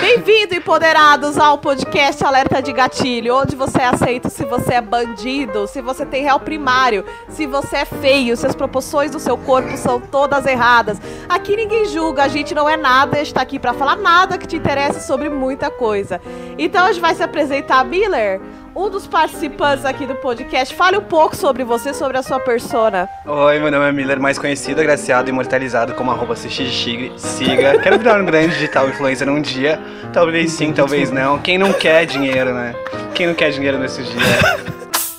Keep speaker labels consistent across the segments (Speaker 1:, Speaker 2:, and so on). Speaker 1: Bem-vindo, empoderados, ao podcast Alerta de Gatilho, onde você é aceito se você é bandido, se você tem réu primário, se você é feio, se as proporções do seu corpo são todas erradas. Aqui ninguém julga, a gente não é nada, está aqui para falar nada que te interessa sobre muita coisa. Então hoje vai se apresentar a Miller, um dos participantes aqui do podcast. Fale um pouco sobre você, sobre a sua persona.
Speaker 2: Oi, meu nome é Miller, mais conhecido, agraciado e imortalizado como arroba Tigre. Siga. Quero virar um grande digital influencer um dia. Talvez sim, talvez não. Quem não quer dinheiro, né? Quem não quer dinheiro nesses dias?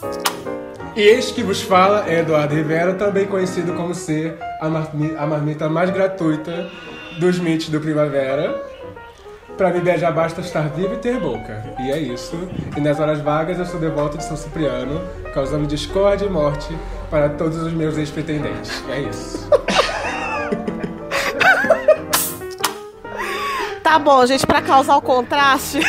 Speaker 3: E este que vos fala é Eduardo Rivera, também conhecido como ser a, marmi- a marmita mais gratuita dos mitos do Primavera. Pra me beijar basta estar vivo e ter boca. E é isso. E nas horas vagas eu sou devoto de São Cipriano, causando discórdia e morte para todos os meus ex-pretendentes. É isso.
Speaker 1: Tá bom, gente, pra causar o contraste,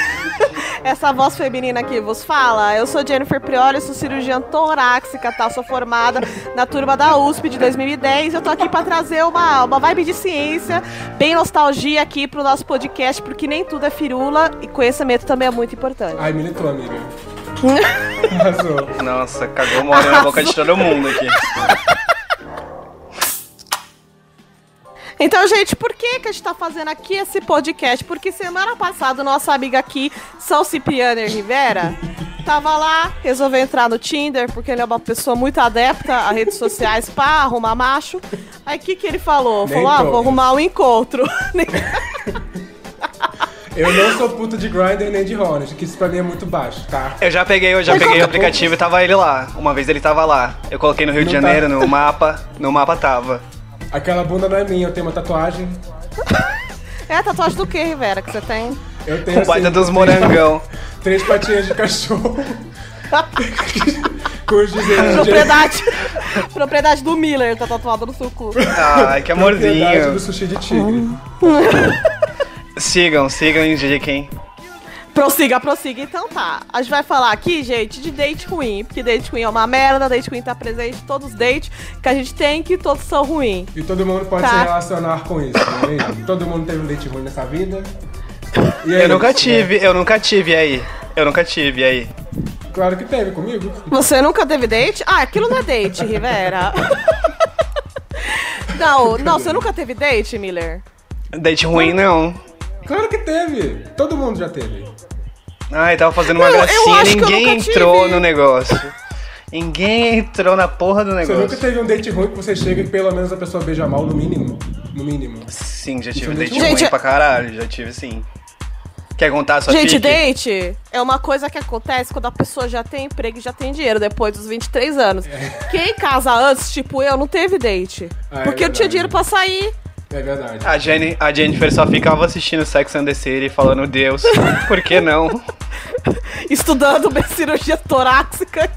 Speaker 1: essa voz feminina aqui vos fala. Eu sou Jennifer Prioli, sou cirurgiã torácica, tá? Sou formada na turma da USP de 2010. Eu tô aqui pra trazer uma, uma vibe de ciência, bem nostalgia aqui pro nosso podcast, porque nem tudo é firula e conhecimento também é muito importante.
Speaker 3: Ai, militou, amiga. Arrasou.
Speaker 2: Nossa, cagou uma hora na boca de todo mundo aqui.
Speaker 1: Então, gente, por que, que a gente tá fazendo aqui esse podcast? Porque semana passada, nossa amiga aqui, São Cipriano Rivera, tava lá, resolveu entrar no Tinder, porque ele é uma pessoa muito adepta a redes sociais pra arrumar macho. Aí o que, que ele falou?
Speaker 3: Nem
Speaker 1: falou, ah, vou
Speaker 3: todos.
Speaker 1: arrumar um encontro.
Speaker 3: Eu não sou puto de Grindr nem de Hornet, que isso pra mim é muito baixo, tá?
Speaker 2: Eu já peguei, eu já peguei o aplicativo e tava ele lá. Uma vez ele tava lá. Eu coloquei no Rio de
Speaker 3: Não tá.
Speaker 2: Janeiro, no mapa. No mapa tava.
Speaker 3: Aquela bunda não é minha, eu tenho uma tatuagem.
Speaker 1: é a tatuagem do que, Rivera, que você tem?
Speaker 3: Eu tenho
Speaker 2: O baita
Speaker 3: assim,
Speaker 2: dos morangão.
Speaker 3: Três patinhas de cachorro. com os desenhos de
Speaker 1: Propriedade. Propriedade do Miller, tá tatuada no seu cu.
Speaker 2: Ai, que
Speaker 3: propriedade do
Speaker 2: amorzinho.
Speaker 3: sushi de tigre.
Speaker 2: Sigam, sigam, indiquem.
Speaker 1: Prossiga, prossiga. Então tá. A gente vai falar aqui, gente, de date ruim. Porque date ruim é uma merda, date ruim tá presente em todos os dates que a gente tem, que todos são ruins.
Speaker 3: E todo mundo pode
Speaker 1: Tá.
Speaker 3: se relacionar com isso, não é mesmo? Todo mundo teve um leite ruim nessa vida. E é
Speaker 2: Eu nunca
Speaker 3: isso, né?
Speaker 2: tive, eu nunca tive, e aí? Eu nunca tive, e aí?
Speaker 3: Claro que teve comigo.
Speaker 1: Você nunca teve date? Ah, aquilo não é date, Rivera. Não, não, você nunca teve date, Miller?
Speaker 2: Date ruim, não.
Speaker 3: Claro que teve. Todo mundo já teve.
Speaker 2: Ai, tava fazendo uma
Speaker 1: Não, eu
Speaker 2: gracinha,
Speaker 1: acho que eu
Speaker 2: ninguém
Speaker 1: nunca
Speaker 2: entrou
Speaker 1: tive.
Speaker 2: no negócio. Ninguém entrou na porra do
Speaker 3: Você
Speaker 2: negócio.
Speaker 3: nunca teve um date ruim que você chega e pelo menos a pessoa beija mal, no mínimo. No mínimo.
Speaker 2: Sim, já
Speaker 3: Isso
Speaker 2: tive
Speaker 3: é
Speaker 2: date
Speaker 1: muito-
Speaker 2: ruim
Speaker 1: Gente,
Speaker 2: pra caralho, já tive sim. Quer contar a sua
Speaker 1: Gente,
Speaker 2: fique?
Speaker 1: date é uma coisa que acontece quando a pessoa já tem emprego e já tem dinheiro depois dos 23 anos. Quem casa antes, tipo eu, não teve date.
Speaker 3: É. Ah, é
Speaker 1: porque eu
Speaker 3: verdade.
Speaker 1: tinha dinheiro pra sair.
Speaker 3: É verdade.
Speaker 2: A, Jenny, a Jennifer só ficava assistindo Sex and the City e falando, Deus, por que não?
Speaker 1: estudando minha cirurgia torácica.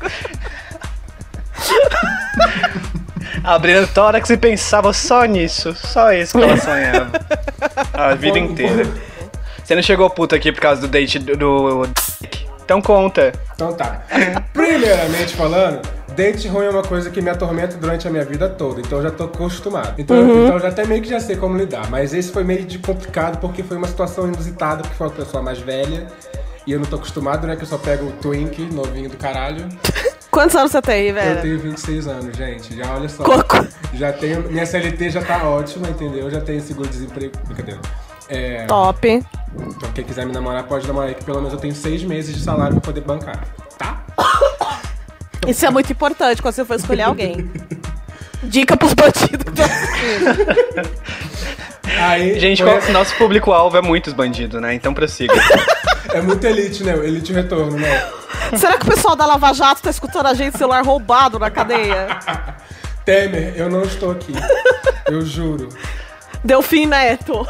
Speaker 2: Abrindo o tórax e pensava só nisso, só isso que ela sonhava. A vida inteira. Você não chegou puta aqui por causa do date do... do... Então conta.
Speaker 3: Então tá. Primeiramente falando, date ruim é uma coisa que me atormenta durante a minha vida toda, então eu já tô acostumado. Então, então eu já até meio que já sei como lidar, mas esse foi meio de complicado porque foi uma situação inusitada, porque foi uma pessoa mais velha e eu não tô acostumado, né, que eu só pego o Twink, novinho do caralho.
Speaker 1: Quantos anos você tem,
Speaker 3: Eu
Speaker 1: velho?
Speaker 3: tenho 26 anos, gente, já olha só.
Speaker 1: Coco.
Speaker 3: Já tenho, minha CLT já tá ótima, entendeu? Já tenho seguro-desemprego, brincadeira. É,
Speaker 1: Top.
Speaker 3: então quem quiser me namorar pode namorar, que pelo menos eu tenho seis meses de salário pra poder bancar, tá?
Speaker 1: Isso é muito importante quando você for escolher alguém. Dica pros bandidos. que tão assistindo.
Speaker 3: Aí,
Speaker 2: Gente,
Speaker 3: foi
Speaker 2: qual-
Speaker 3: essa-
Speaker 2: nosso público-alvo é muitos bandidos, né? Então prossiga.
Speaker 3: É muito elite, né? Elite retorno, né?
Speaker 1: Será que o pessoal da Lava Jato tá escutando a gente celular roubado na cadeia?
Speaker 3: Temer, eu não estou aqui. Eu juro.
Speaker 1: Delfim Neto.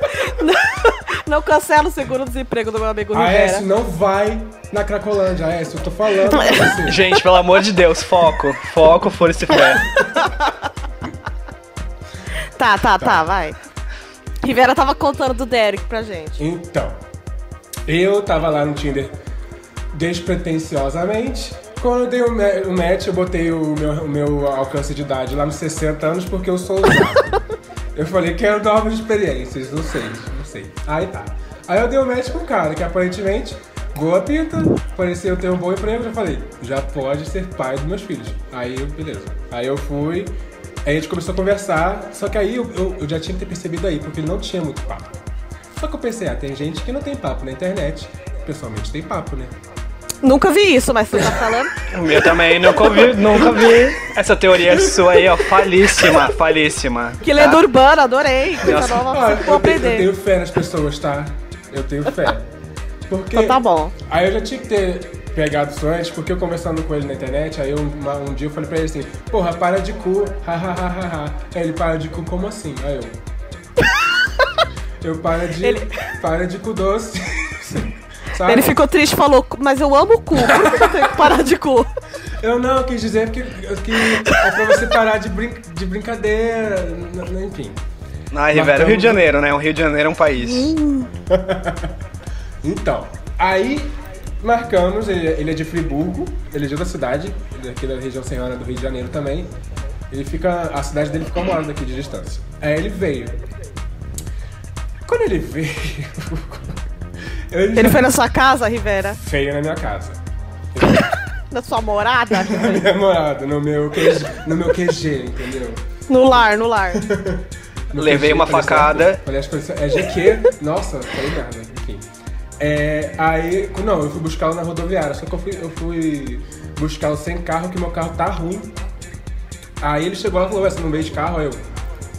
Speaker 1: Não- Não cancela o seguro-desemprego do meu amigo
Speaker 3: Aécio
Speaker 1: Rivera.
Speaker 3: não vai na Cracolândia, Aécio. Eu tô falando pra você.
Speaker 2: Gente, pelo amor de Deus, foco. Foco, força e fé.
Speaker 1: Tá, tá, tá, vai. Rivera tava contando do Derek pra gente.
Speaker 3: Então, eu tava lá no Tinder despretensiosamente. Quando eu dei o ma- o match, eu botei o meu, o meu alcance de idade lá nos 60 anos, porque eu sou usado. eu falei, quero novas experiências, não sei, não sei. Aí tá. Aí eu dei um match com um cara que aparentemente boa pinta, parecia ter um bom emprego, já falei, já pode ser pai dos meus filhos. Aí, eu, beleza. Aí eu fui, aí a gente começou a conversar, só que aí eu, eu- eu já tinha que ter percebido aí, porque ele não tinha muito papo. Só que eu pensei, ah, tem gente que não tem papo na internet, pessoalmente tem papo, né?
Speaker 1: Nunca vi isso, mas tu tá falando.
Speaker 2: O meu também, nunca vi, nunca vi. Essa teoria sua aí, ó, falíssima, falíssima.
Speaker 1: Que lenda urbana, adorei. Coisa
Speaker 2: Nossa.
Speaker 1: nova,
Speaker 3: Tá.
Speaker 1: pra
Speaker 3: Ah, eu,
Speaker 1: você
Speaker 3: tenho- eu
Speaker 1: compreender.
Speaker 3: tenho fé nas pessoas, tá? Eu tenho fé. Porque
Speaker 1: Então tá bom.
Speaker 3: Aí eu já tinha que ter pegado isso antes, porque eu conversando com ele na internet, aí eu- uma- um dia eu falei pra ele assim, porra, para de cu, ha, ha, ha, ha, ha. Aí ele, para de cu como assim? Aí eu... Eu para de...
Speaker 1: Ele-
Speaker 3: Para de cu doce. Sabe?
Speaker 1: Ele ficou triste e falou, mas eu amo o cu, por que que eu tenho que parar de cu?
Speaker 3: Eu não, eu quis dizer que, que é pra você parar de, brin de brincadeira, n- n- enfim.
Speaker 2: Na Rivera,
Speaker 3: Matamos.
Speaker 2: Rio de Janeiro, né? O Rio de Janeiro é um país.
Speaker 3: Então, aí marcamos, ele, ele é de Friburgo, ele é de outra cidade, ele é aqui da região senhora do Rio de Janeiro também. Ele fica. A cidade dele fica uma hora daqui de distância. Aí ele veio. Quando ele veio. ele
Speaker 1: Ele
Speaker 3: já-
Speaker 1: foi na sua casa, Rivera?
Speaker 3: veio na minha casa.
Speaker 1: Na sua morada?
Speaker 3: Na minha morada, no meu QG, no meu QG entendeu?
Speaker 1: No lar, no lar.
Speaker 3: No
Speaker 2: Levei
Speaker 3: QG,
Speaker 2: uma
Speaker 3: falei,
Speaker 2: facada.
Speaker 3: Falei as coisas. É GQ. Nossa, falei merda, enfim. É, aí. Não, eu fui buscá-lo na rodoviária, só que eu fui, eu fui buscá-lo sem carro, que meu carro tá ruim. Aí ele chegou lá e falou, "Ué, você não veio de carro? Aí eu.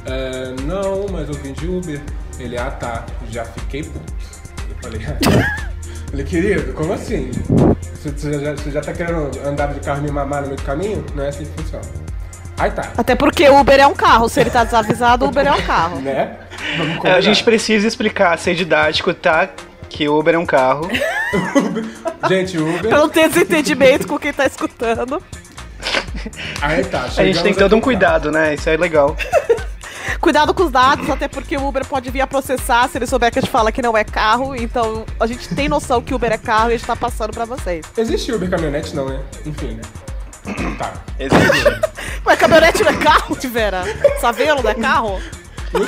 Speaker 3: "É, não, mas eu vim de Uber. Ele, ah tá, já fiquei puto. Eu falei, ah. falei, querido, como assim? Você, você já, você já tá querendo andar de carro e me mamar no meio do caminho? Não é assim que funciona. Aí tá.
Speaker 1: Até porque Uber é um carro, se ele tá desavisado, Uber é um carro.
Speaker 3: Né? Vamos
Speaker 2: É, a
Speaker 3: combinar.
Speaker 2: gente precisa explicar, ser didático, tá? Que Uber é um carro.
Speaker 3: Gente,
Speaker 1: Pra
Speaker 2: Então,
Speaker 3: Uber.
Speaker 1: não ter desentendimento com quem tá escutando.
Speaker 3: Aí tá,
Speaker 2: A gente tem
Speaker 3: chegamos
Speaker 2: todo um
Speaker 3: aqui,
Speaker 2: cuidado, né? Isso é legal.
Speaker 1: Cuidado com os dados, até porque o Uber pode vir a processar se ele souber que a gente fala que não é carro. Então a gente tem noção que Uber é carro e a gente tá passando pra vocês.
Speaker 3: tá. Existe Uber caminhonete, não, né? Enfim, né? Tá.
Speaker 2: é
Speaker 1: Mas caminhonete não é carro, Rivera? Sabelo não é carro?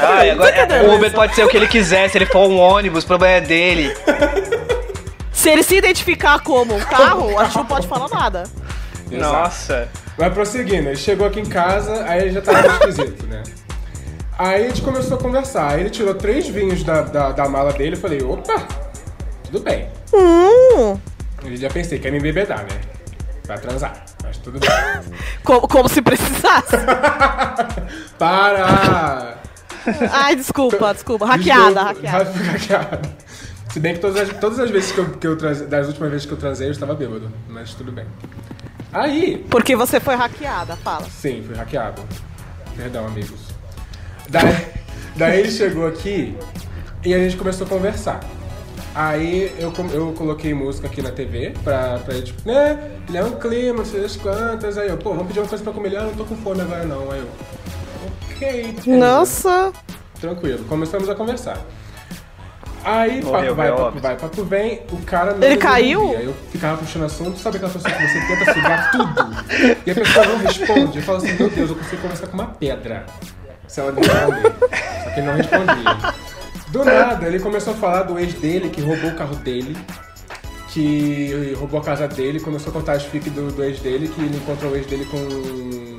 Speaker 2: Ah, e agora,
Speaker 1: entendendo
Speaker 2: o Uber
Speaker 1: isso?
Speaker 2: pode ser o que ele quiser, se ele for um ônibus, o problema é dele.
Speaker 1: Se ele se identificar como um carro, a gente não pode falar nada.
Speaker 3: Exato.
Speaker 2: Nossa.
Speaker 3: Vai prosseguindo, ele chegou aqui em casa, aí ele já tava meio esquisito, né? Aí a gente começou a conversar, aí ele tirou três vinhos da, da, da mala dele, eu falei, opa, tudo bem.
Speaker 1: Hum,
Speaker 3: Ele já pensei, quer me embebedar, né? Vai transar, mas tudo bem.
Speaker 1: como, como se precisasse.
Speaker 3: Para!
Speaker 1: Ai, desculpa, desculpa. Hackeada,
Speaker 3: Desculpa,
Speaker 1: hackeada.
Speaker 3: hackeada. Se bem que todas as, todas as vezes que eu, que eu transei, das últimas vezes que eu transei, eu estava bêbado, mas tudo bem. Aí,
Speaker 1: Porque você foi hackeada, fala.
Speaker 3: Sim, fui hackeado. Perdão, amigos. Daí, daí ele chegou aqui e a gente começou a conversar. Aí eu, com- eu coloquei música aqui na TV pra, pra ele, tipo, né? Ele é um clima, não sei das quantas. Aí eu, pô, vamos pedir uma coisa pra comer. Ele, ah, não tô com fome agora não. Aí eu, ok. beleza.
Speaker 1: Nossa.
Speaker 3: Tranquilo, começamos a conversar. Aí,
Speaker 2: Morreu,
Speaker 3: papo vai,
Speaker 2: é
Speaker 3: papo
Speaker 2: óbvio.
Speaker 3: vai, papo vem, o cara não
Speaker 1: Ele caiu?
Speaker 3: resolvia. Eu ficava puxando assunto, sabe aquela pessoa que você tenta sugar tudo? E a pessoa não responde. Eu falo assim, meu Deus, eu consigo conversar com uma pedra. Se ela não responder. Só que ele não respondia. Do nada, ele começou a falar do ex dele, que roubou o carro dele. Que roubou a casa dele, começou a contar as fic do, do ex dele, que ele encontrou o ex dele com,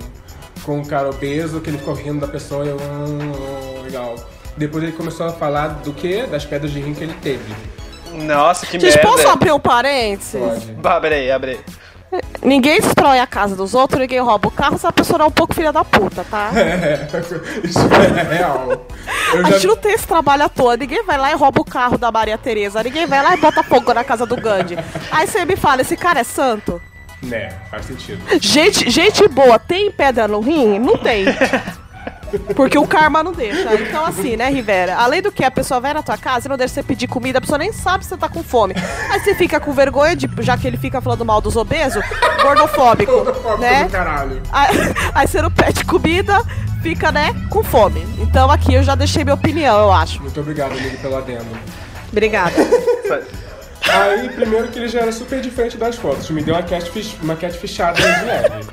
Speaker 3: com um cara obeso, que ele ficou rindo da pessoa e eu. "Hum, legal. Depois ele começou a falar do quê? Das pedras de rim que ele teve.
Speaker 2: Nossa, que
Speaker 1: Gente, posso
Speaker 2: merda.
Speaker 1: abrir um parênteses?
Speaker 3: Pode.
Speaker 2: Abre aí, abre aí.
Speaker 1: Ninguém destrói a casa dos outros, ninguém rouba o carro, se a pessoa não é um pouco filha da puta, tá?
Speaker 3: É, isso é real. Eu
Speaker 1: A gente
Speaker 3: já,
Speaker 1: não tem esse trabalho à toa. Ninguém vai lá e rouba o carro da Maria Tereza. Ninguém vai lá e bota fogo na casa do Gandhi. Aí você me fala, esse cara é santo?
Speaker 3: né, faz sentido.
Speaker 1: Gente, gente boa, tem pedra no rim? Não tem. Porque o karma não deixa. Então, assim, né, Rivera? Além do que a pessoa vai na tua casa e não deixa você pedir comida, a pessoa nem sabe se você tá com fome. Aí você fica com vergonha, de, já que ele fica falando mal dos obesos, gordofóbico,
Speaker 3: Foda
Speaker 1: né?
Speaker 3: do caralho.
Speaker 1: Aí, aí você não pede comida, fica, né, com fome. Então aqui eu já deixei minha opinião, eu acho.
Speaker 3: Muito obrigado, amigo, pelo adendo.
Speaker 1: Obrigada.
Speaker 3: Aí, primeiro que ele já era super diferente das fotos. Me deu uma cat, fich- uma cat fichada de leve.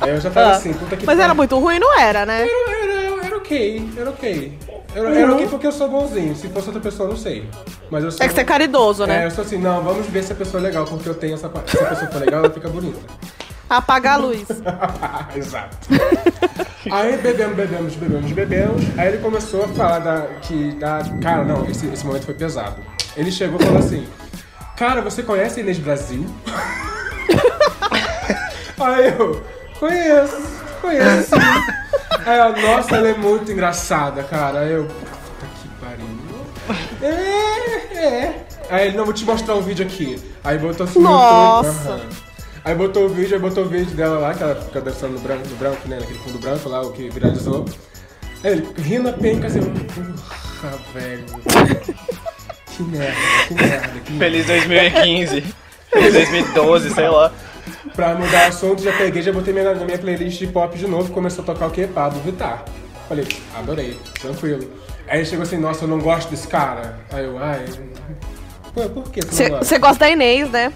Speaker 3: Aí eu já tava assim, puta que
Speaker 1: Ah. Mas
Speaker 3: pariu.
Speaker 1: era muito ruim, não era, né?
Speaker 3: Era, era, era ok, era ok. Era, era ok porque eu sou bonzinho. Se fosse outra pessoa, eu não sei. Mas eu sou.
Speaker 1: É que você é caridoso,
Speaker 3: É,
Speaker 1: né?
Speaker 3: eu sou assim, não, vamos ver se a pessoa é legal, porque eu tenho essa parte. Se a pessoa for legal, ela fica bonita.
Speaker 1: Apagar a luz.
Speaker 3: Exato. Aí bebemos, bebemos, bebemos, bebemos. Aí ele começou a falar da, que. Da, cara, não, esse, esse momento foi pesado. Ele chegou e falou assim: Cara, você conhece a Inês Brasil? Aí eu, conheço, conheço. sim." Aí ela, nossa, ela é muito engraçada, cara. Aí eu, puta que pariu. É, é. Aí ele, não, vou te mostrar um vídeo aqui. Aí botou assim, botou-
Speaker 1: Nossa.
Speaker 3: Aham. Aí botou o vídeo, aí botou o vídeo dela lá, que ela fica dançando no branco, no branco, né? Naquele fundo branco lá, o que viralizou. Aí ele, rindo a penca, assim, eu, porra, velho. Que merda, que merda, que merda.
Speaker 2: Feliz 2015. Feliz 2012, sei lá.
Speaker 3: Pra mudar o assunto, já peguei, já botei minha- na minha playlist de pop de novo. Começou a tocar o quê? Pablo Vittar. Falei, adorei, tranquilo. Aí chegou assim, nossa, eu não gosto desse cara. Aí eu, ai. Pô, por que você não gosta?
Speaker 1: Você gosta da Inês, né?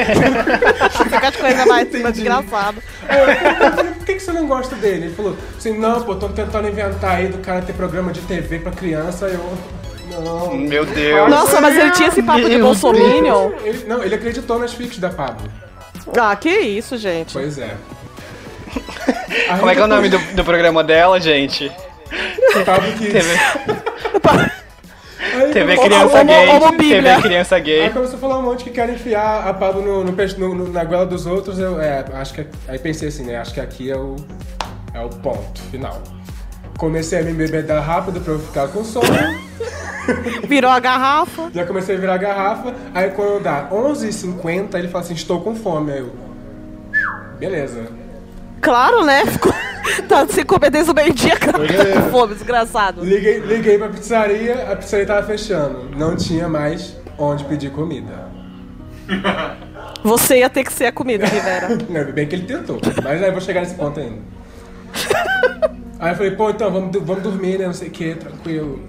Speaker 1: Fica de coisa mais, mais engraçada.
Speaker 3: Aí eu, eu falei, por que que você não gosta dele? Ele falou assim, não, pô, tô tentando inventar aí do cara ter programa de TV pra criança. Aí eu, não.
Speaker 2: Meu Deus.
Speaker 1: Nossa, mas ele tinha esse papo de
Speaker 2: Meu
Speaker 1: Bolsominion.
Speaker 3: Ele, não, ele acreditou nas fics da Pablo.
Speaker 1: Ah, que isso, gente.
Speaker 3: Pois é.
Speaker 2: Como é que é o nome do, do programa dela, gente?
Speaker 3: Pablo Kids.
Speaker 2: TV,
Speaker 3: Aí
Speaker 2: TV
Speaker 3: começou-
Speaker 2: Criança
Speaker 1: homo-
Speaker 2: Gay.
Speaker 1: homo bíblia.
Speaker 2: TV Criança
Speaker 3: Aí
Speaker 2: Gay.
Speaker 3: começou a falar um monte que quer enfiar a Pablo no, no peixe- no- no- na goela dos outros. Eu, é, acho que, aí pensei assim, né? Acho que aqui é o, é o ponto final. Comecei a me embebedar rápido pra eu ficar com sono.
Speaker 1: Virou a garrafa.
Speaker 3: já comecei a virar garrafa. Aí quando dá 11h50, ele fala assim: Estou com fome. Aí eu. Beleza.
Speaker 1: Claro, né? Ficou- Tá se comer desde o meio-dia, cara. Tá com fome, desgraçado.
Speaker 3: Liguei, liguei pra pizzaria, a pizzaria tava fechando. Não tinha mais onde pedir comida.
Speaker 1: Você ia ter que ser a comida, Rivera.
Speaker 3: Não, bem que ele tentou, mas aí eu vou chegar nesse ponto ainda. Aí eu falei, pô, então vamos, du- vamos dormir, né? Não sei o que, tranquilo.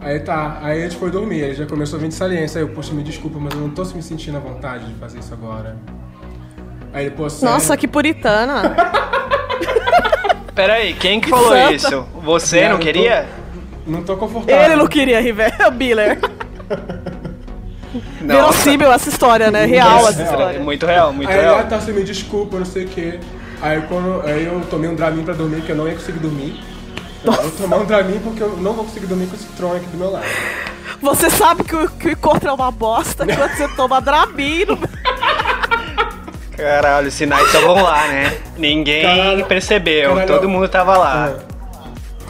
Speaker 3: Aí tá, aí a gente foi dormir, ele já começou a vir de saliência. Aí eu, poxa, me desculpa, mas eu não tô me sentindo à vontade de fazer isso agora. Aí ele, pô, sério?
Speaker 1: Nossa, que puritana.
Speaker 2: Peraí, quem que falou
Speaker 1: santa.
Speaker 2: isso? Você
Speaker 3: Cara,
Speaker 2: não
Speaker 3: eu tô-
Speaker 2: queria?
Speaker 3: Não tô confortável.
Speaker 1: Ele não queria, Rivera. Biller.
Speaker 2: Nossa,
Speaker 1: Verossímil essa história, né? Real
Speaker 3: Nossa,
Speaker 1: essa
Speaker 3: é
Speaker 2: é
Speaker 1: história.
Speaker 2: muito real, muito
Speaker 3: Aí ele, ah,
Speaker 2: real.
Speaker 3: tá, você me desculpa, não sei o que. Aí, quando, aí eu tomei um Dramin pra dormir, que eu não ia conseguir dormir. Eu vou tomar um Dramin porque eu não vou conseguir dormir com esse tron aqui do meu lado.
Speaker 1: Você sabe que o, que o encontro é uma bosta quando você toma drabino.
Speaker 2: Caralho, os sinais estavam lá, né? Ninguém
Speaker 3: Caralho.
Speaker 2: percebeu,
Speaker 3: Caralho.
Speaker 2: todo mundo tava lá.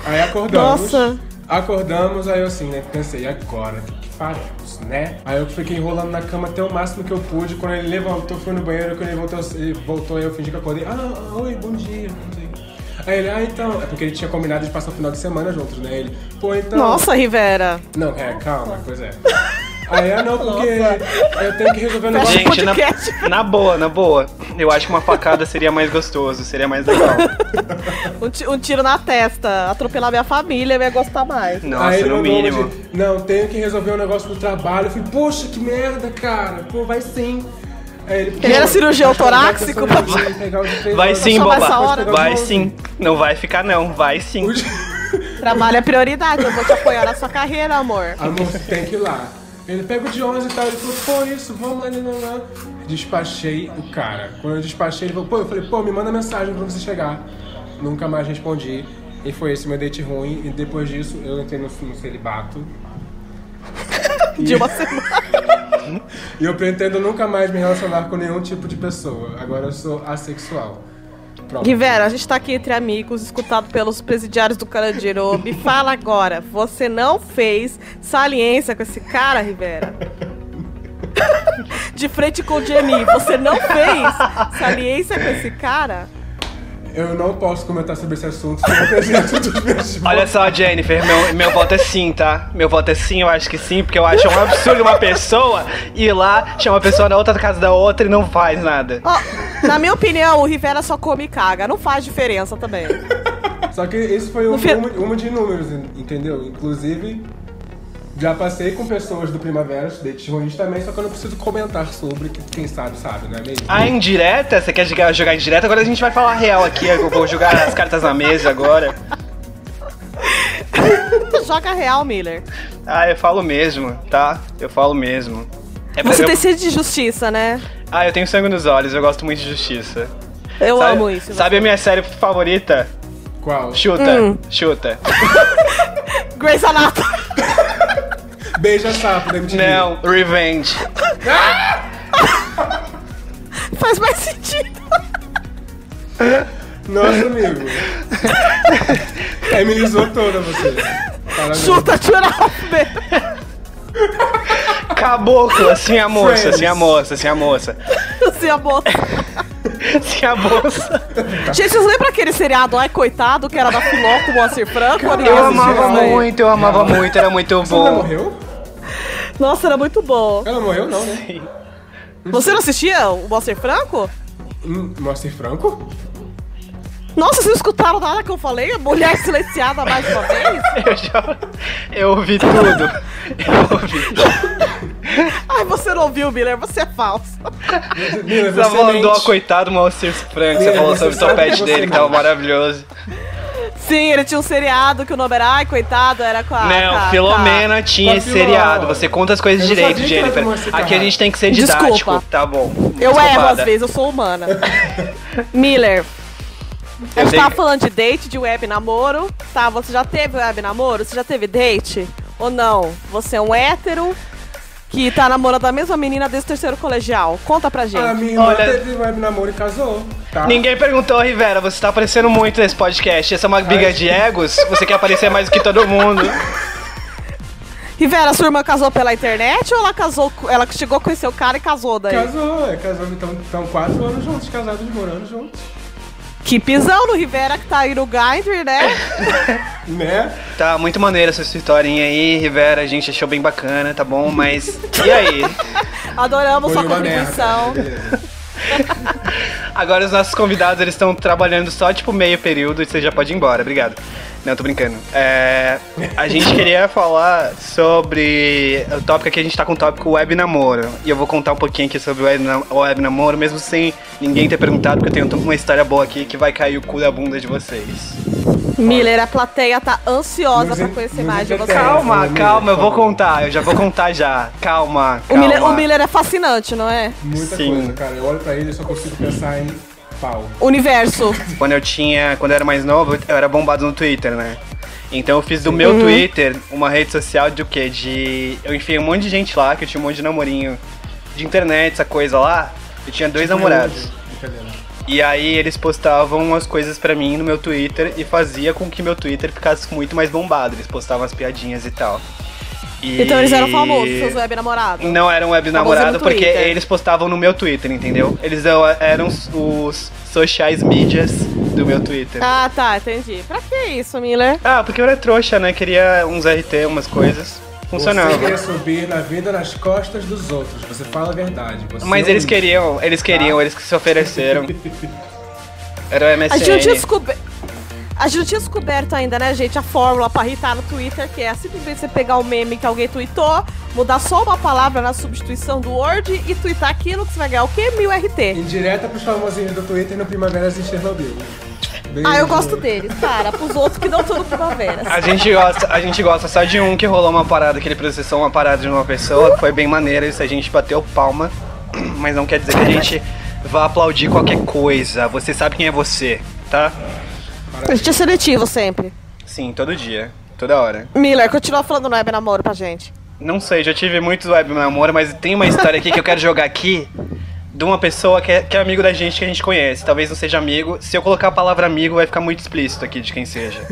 Speaker 3: É. Aí acordamos.
Speaker 1: Nossa.
Speaker 3: Acordamos, aí eu assim, né? Pensei, e agora? O que que fazemos, né? Aí eu fiquei enrolando na cama até o máximo que eu pude. Quando ele levantou, fui no banheiro. Quando ele voltou, ele voltou eu fingi que acordei. Ah, oi, bom dia. não sei. Aí ele, ah, então. É porque ele tinha combinado de passar o final de semana juntos, né? Ele, pô, então.
Speaker 1: Nossa, Rivera.
Speaker 3: Não, é, calma, pois é. Aí, ah, não, porque eu tenho que resolver um negócio.
Speaker 2: Gente, na,
Speaker 1: podcast.
Speaker 2: na boa, na boa. Eu acho que uma facada seria mais gostoso, seria mais legal.
Speaker 1: Um, ti- um tiro na testa. Atropelar minha família, eu ia gostar mais.
Speaker 3: Aí
Speaker 2: Nossa,
Speaker 3: ele
Speaker 2: no
Speaker 3: mandou uma
Speaker 2: mínimo.
Speaker 3: de, não, tenho que resolver um negócio do trabalho. Eu falei, poxa, que merda, cara. Pô, vai sim. Aí ele,
Speaker 1: Ele era
Speaker 3: "Pô,
Speaker 1: cirurgião
Speaker 3: acho que
Speaker 1: torácico,
Speaker 3: vai ter
Speaker 1: papai."
Speaker 3: cirurgia, pegar o de três
Speaker 2: Vai
Speaker 3: horas.
Speaker 2: sim,
Speaker 1: Só vai
Speaker 2: boba.
Speaker 1: essa hora?
Speaker 2: Vai sim. Não vai ficar não, vai sim.
Speaker 1: Trabalho é prioridade, eu vou te apoiar na sua carreira, amor.
Speaker 3: Amor, você tem que ir lá. Ele pega o de 11 e tal. Ele falou, pô, isso, vamos lá, lá, lá. Despachei o cara. Quando eu despachei, ele falou, pô, eu falei, pô, me manda mensagem quando você chegar. Nunca mais respondi. E foi esse meu date ruim. E depois disso, eu entrei no, no celibato.
Speaker 1: De uma semana.
Speaker 3: E eu pretendo nunca mais me relacionar com nenhum tipo de pessoa. Agora eu sou assexual. Pronto.
Speaker 1: Rivera, a gente tá aqui entre amigos, escutado pelos presidiários do Carandiru. Me fala agora, você não fez saliência com esse cara, Rivera? De frente com o Jenny, você não fez saliência com esse cara?
Speaker 3: Eu não posso comentar sobre esse assunto porque eu apresento dos meus
Speaker 2: Olha
Speaker 3: votos.
Speaker 2: só, Jennifer, meu, meu voto é sim, tá? Meu voto é sim, eu acho que sim, porque eu acho um absurdo uma pessoa ir lá, chama a pessoa na outra casa da outra e não faz nada.
Speaker 1: Ó, na minha opinião, o Rivera só come e caga, não faz diferença também.
Speaker 3: Só que esse foi um,
Speaker 1: No fim-
Speaker 3: um, um de números, entendeu? Inclusive, já passei com pessoas do Primavera, dates ruins também, só que eu não preciso comentar sobre, que quem sabe, sabe, não é mesmo?
Speaker 2: A indireta? Você quer jogar, jogar indireta? Agora a gente vai falar a real aqui. Eu vou jogar as cartas na mesa agora.
Speaker 1: Joga real, Miller.
Speaker 2: Ah, eu falo mesmo, tá? Eu falo mesmo. É pra-
Speaker 1: Você
Speaker 2: eu-
Speaker 1: tem sede de justiça, né?
Speaker 2: Ah, eu tenho sangue nos olhos, eu gosto muito de justiça.
Speaker 1: Eu
Speaker 2: sabe,
Speaker 1: amo isso.
Speaker 2: Sabe a minha série favorita?
Speaker 3: Qual?
Speaker 2: Chuta,
Speaker 1: Hum.
Speaker 2: chuta.
Speaker 1: Grace Anatomy.
Speaker 3: Beija sapo da MTV.
Speaker 2: Não, Revenge.
Speaker 1: Faz mais sentido.
Speaker 3: Nossa, amigo. Feminizou toda você. Parabéns.
Speaker 1: Chuta, tira a beira.
Speaker 2: Caboclo, assim a moça,
Speaker 3: Friends.
Speaker 2: assim a moça, assim a moça.
Speaker 1: Assim, a moça.
Speaker 2: Assim a moça.
Speaker 1: Gente, vocês lembram aquele seriado Ai Coitado, que era da Filó com o Moacir Franco?
Speaker 3: Caralho,
Speaker 1: Aliás,
Speaker 2: Eu
Speaker 3: Nossa,
Speaker 2: amava
Speaker 1: isso aí.
Speaker 2: muito, eu amava muito, era muito
Speaker 3: Ela
Speaker 2: bom.
Speaker 3: morreu?
Speaker 1: Nossa, era muito bom.
Speaker 3: Ela morreu, não, né?
Speaker 1: Você não assistia o Moacir Franco?
Speaker 3: Hum, Moacir Franco?
Speaker 1: Nossa, vocês não escutaram nada que eu falei? Mulher silenciada mais uma vez?
Speaker 2: Eu já. Eu ouvi tudo. Eu ouvi.
Speaker 1: Ai, você não ouviu, Miller, você é falso.
Speaker 3: Mila,
Speaker 2: Você
Speaker 3: é você
Speaker 2: falando, ó,
Speaker 3: mente.
Speaker 2: coitado do Moacir Franco, você
Speaker 3: Mira,
Speaker 2: falou
Speaker 3: você
Speaker 2: sobre o
Speaker 3: sabe
Speaker 2: topete
Speaker 3: que você
Speaker 2: dele, que tava
Speaker 3: mente.
Speaker 2: maravilhoso.
Speaker 1: Sim, ele tinha um seriado que o nome era Ai Coitado, era com a. com a- com
Speaker 2: Não,
Speaker 1: a-
Speaker 2: Filomena tinha
Speaker 3: Ah, Tá,
Speaker 2: esse
Speaker 3: Filó.
Speaker 2: seriado. Você conta as coisas
Speaker 3: Eu não
Speaker 2: direito,
Speaker 3: sabia que era tá.
Speaker 2: Jennifer.
Speaker 3: do Moacir
Speaker 2: Aqui a
Speaker 3: Carrasco.
Speaker 2: gente tem que ser
Speaker 1: Desculpa.
Speaker 2: didático, tá bom.
Speaker 1: Eu erro às
Speaker 2: Desculpada.
Speaker 1: vezes, eu sou humana. Miller.
Speaker 2: Eu
Speaker 1: A gente
Speaker 2: sei-
Speaker 1: tava falando de date, de web namoro, tá? Você já teve web namoro? Você já teve date? Ou não? Você é um hétero que tá namorando a mesma menina desde o terceiro colegial. Conta pra gente.
Speaker 3: A Ah, minha irmã
Speaker 2: Olha-
Speaker 3: teve web namoro e casou. Tá?
Speaker 2: Ninguém perguntou, Rivera, você tá aparecendo muito nesse podcast. Essa é uma briga de egos? Você quer aparecer mais do que todo mundo?
Speaker 1: Rivera, sua irmã casou pela internet ou ela casou, co- ela chegou a conhecer o cara e casou daí?
Speaker 3: Casou, é, casou, então estão quatro anos juntos, casados, morando juntos.
Speaker 1: Que pisão no Rivera que tá aí no Grindr, né?
Speaker 3: Né?
Speaker 2: Tá, muito maneira essa sua historinha aí, Rivera. A gente achou bem bacana, tá bom? Mas. E aí?
Speaker 1: Adoramos
Speaker 3: Foi
Speaker 1: sua
Speaker 3: uma merda.
Speaker 1: contribuição.
Speaker 2: Agora os nossos convidados, eles estão trabalhando só tipo meio período e você já pode ir embora, obrigado. Não, tô brincando. É, a gente queria falar sobre o tópico aqui, a gente tá com o tópico web namoro. E eu vou contar um pouquinho aqui sobre o web, nam- web namoro, mesmo sem ninguém ter perguntado, porque eu tenho uma história boa aqui que vai cair o cu da bunda de vocês.
Speaker 1: Miller, a plateia tá ansiosa
Speaker 3: Nos
Speaker 1: pra
Speaker 3: en-
Speaker 1: conhecer
Speaker 3: nos
Speaker 1: mais de você.
Speaker 3: entretém.
Speaker 2: Calma,
Speaker 3: Amigo,
Speaker 2: É, calma, eu vou
Speaker 3: calma.
Speaker 2: contar, eu já vou contar já. Calma,
Speaker 1: O
Speaker 2: calma.
Speaker 1: Miller, o Miller é fascinante, não é?
Speaker 3: Muita
Speaker 2: Sim.
Speaker 3: coisa, cara. Eu olho pra ele e só consigo pensar em pau.
Speaker 1: Universo.
Speaker 2: Quando eu tinha. Quando eu era mais novo, eu era bombado no Twitter, né? Então eu fiz do
Speaker 1: Uhum.
Speaker 2: meu Twitter uma rede social de o quê? De. Eu enfiei um monte de gente lá, que eu tinha um monte de namorinho de internet, essa coisa lá. Eu tinha dois
Speaker 1: Tipo
Speaker 2: namorados.
Speaker 3: Brincadeira.
Speaker 2: E aí eles postavam as coisas pra mim no meu Twitter e fazia com que meu Twitter ficasse muito mais bombado. Eles postavam as piadinhas e tal. E-
Speaker 1: Então eles eram famosos, seus web namorados.
Speaker 2: não eram web namorado
Speaker 1: Famoso no
Speaker 2: porque
Speaker 1: Twitter.
Speaker 2: eles postavam no meu Twitter, entendeu? Eles eu- eram os, os sociais mídias do meu Twitter. Ah.
Speaker 1: Ah, tá, entendi. Pra que isso, Miller?
Speaker 2: porque eu era trouxa, né? Queria uns RT, umas coisas.
Speaker 3: Você
Speaker 2: Funcionava.
Speaker 3: quer subir na vida nas costas dos outros. Você fala a verdade. Você
Speaker 2: Mas
Speaker 3: é
Speaker 2: eles
Speaker 3: um- Ah.
Speaker 2: queriam, eles queriam, eles que se ofereceram. Era o
Speaker 1: A gente não tinha
Speaker 2: MSN.
Speaker 1: descoberto. A gente não tinha descoberto ainda, né, gente, a fórmula pra irritar no Twitter, que é simplesmente você pegar o meme que alguém tweetou, mudar só uma palavra na substituição do Word e tweetar aquilo que você vai ganhar o quê? Mil RT.
Speaker 3: Indireta pros famosinhos do Twitter no Primavera em Chernobyl. Beijo.
Speaker 1: Ah, eu gosto deles, para, pros outros que dão tudo primavera.
Speaker 2: A gente, gosta, a gente gosta só de um que rolou uma parada, que ele processou uma parada de uma pessoa, que foi bem maneira, isso a gente bateu palma, mas não quer dizer que a gente vá aplaudir qualquer coisa. Você sabe quem é você, tá?
Speaker 1: A gente é seletivo sempre.
Speaker 2: Sim, todo dia, toda hora.
Speaker 1: Miller, continua falando no web namoro pra gente.
Speaker 2: Não sei, já tive muitos web namoro, mas tem uma história aqui que eu quero jogar aqui de uma pessoa que é, que é amigo da gente que a gente conhece. Talvez não seja amigo. Se eu colocar a palavra amigo, vai ficar muito explícito aqui de quem seja.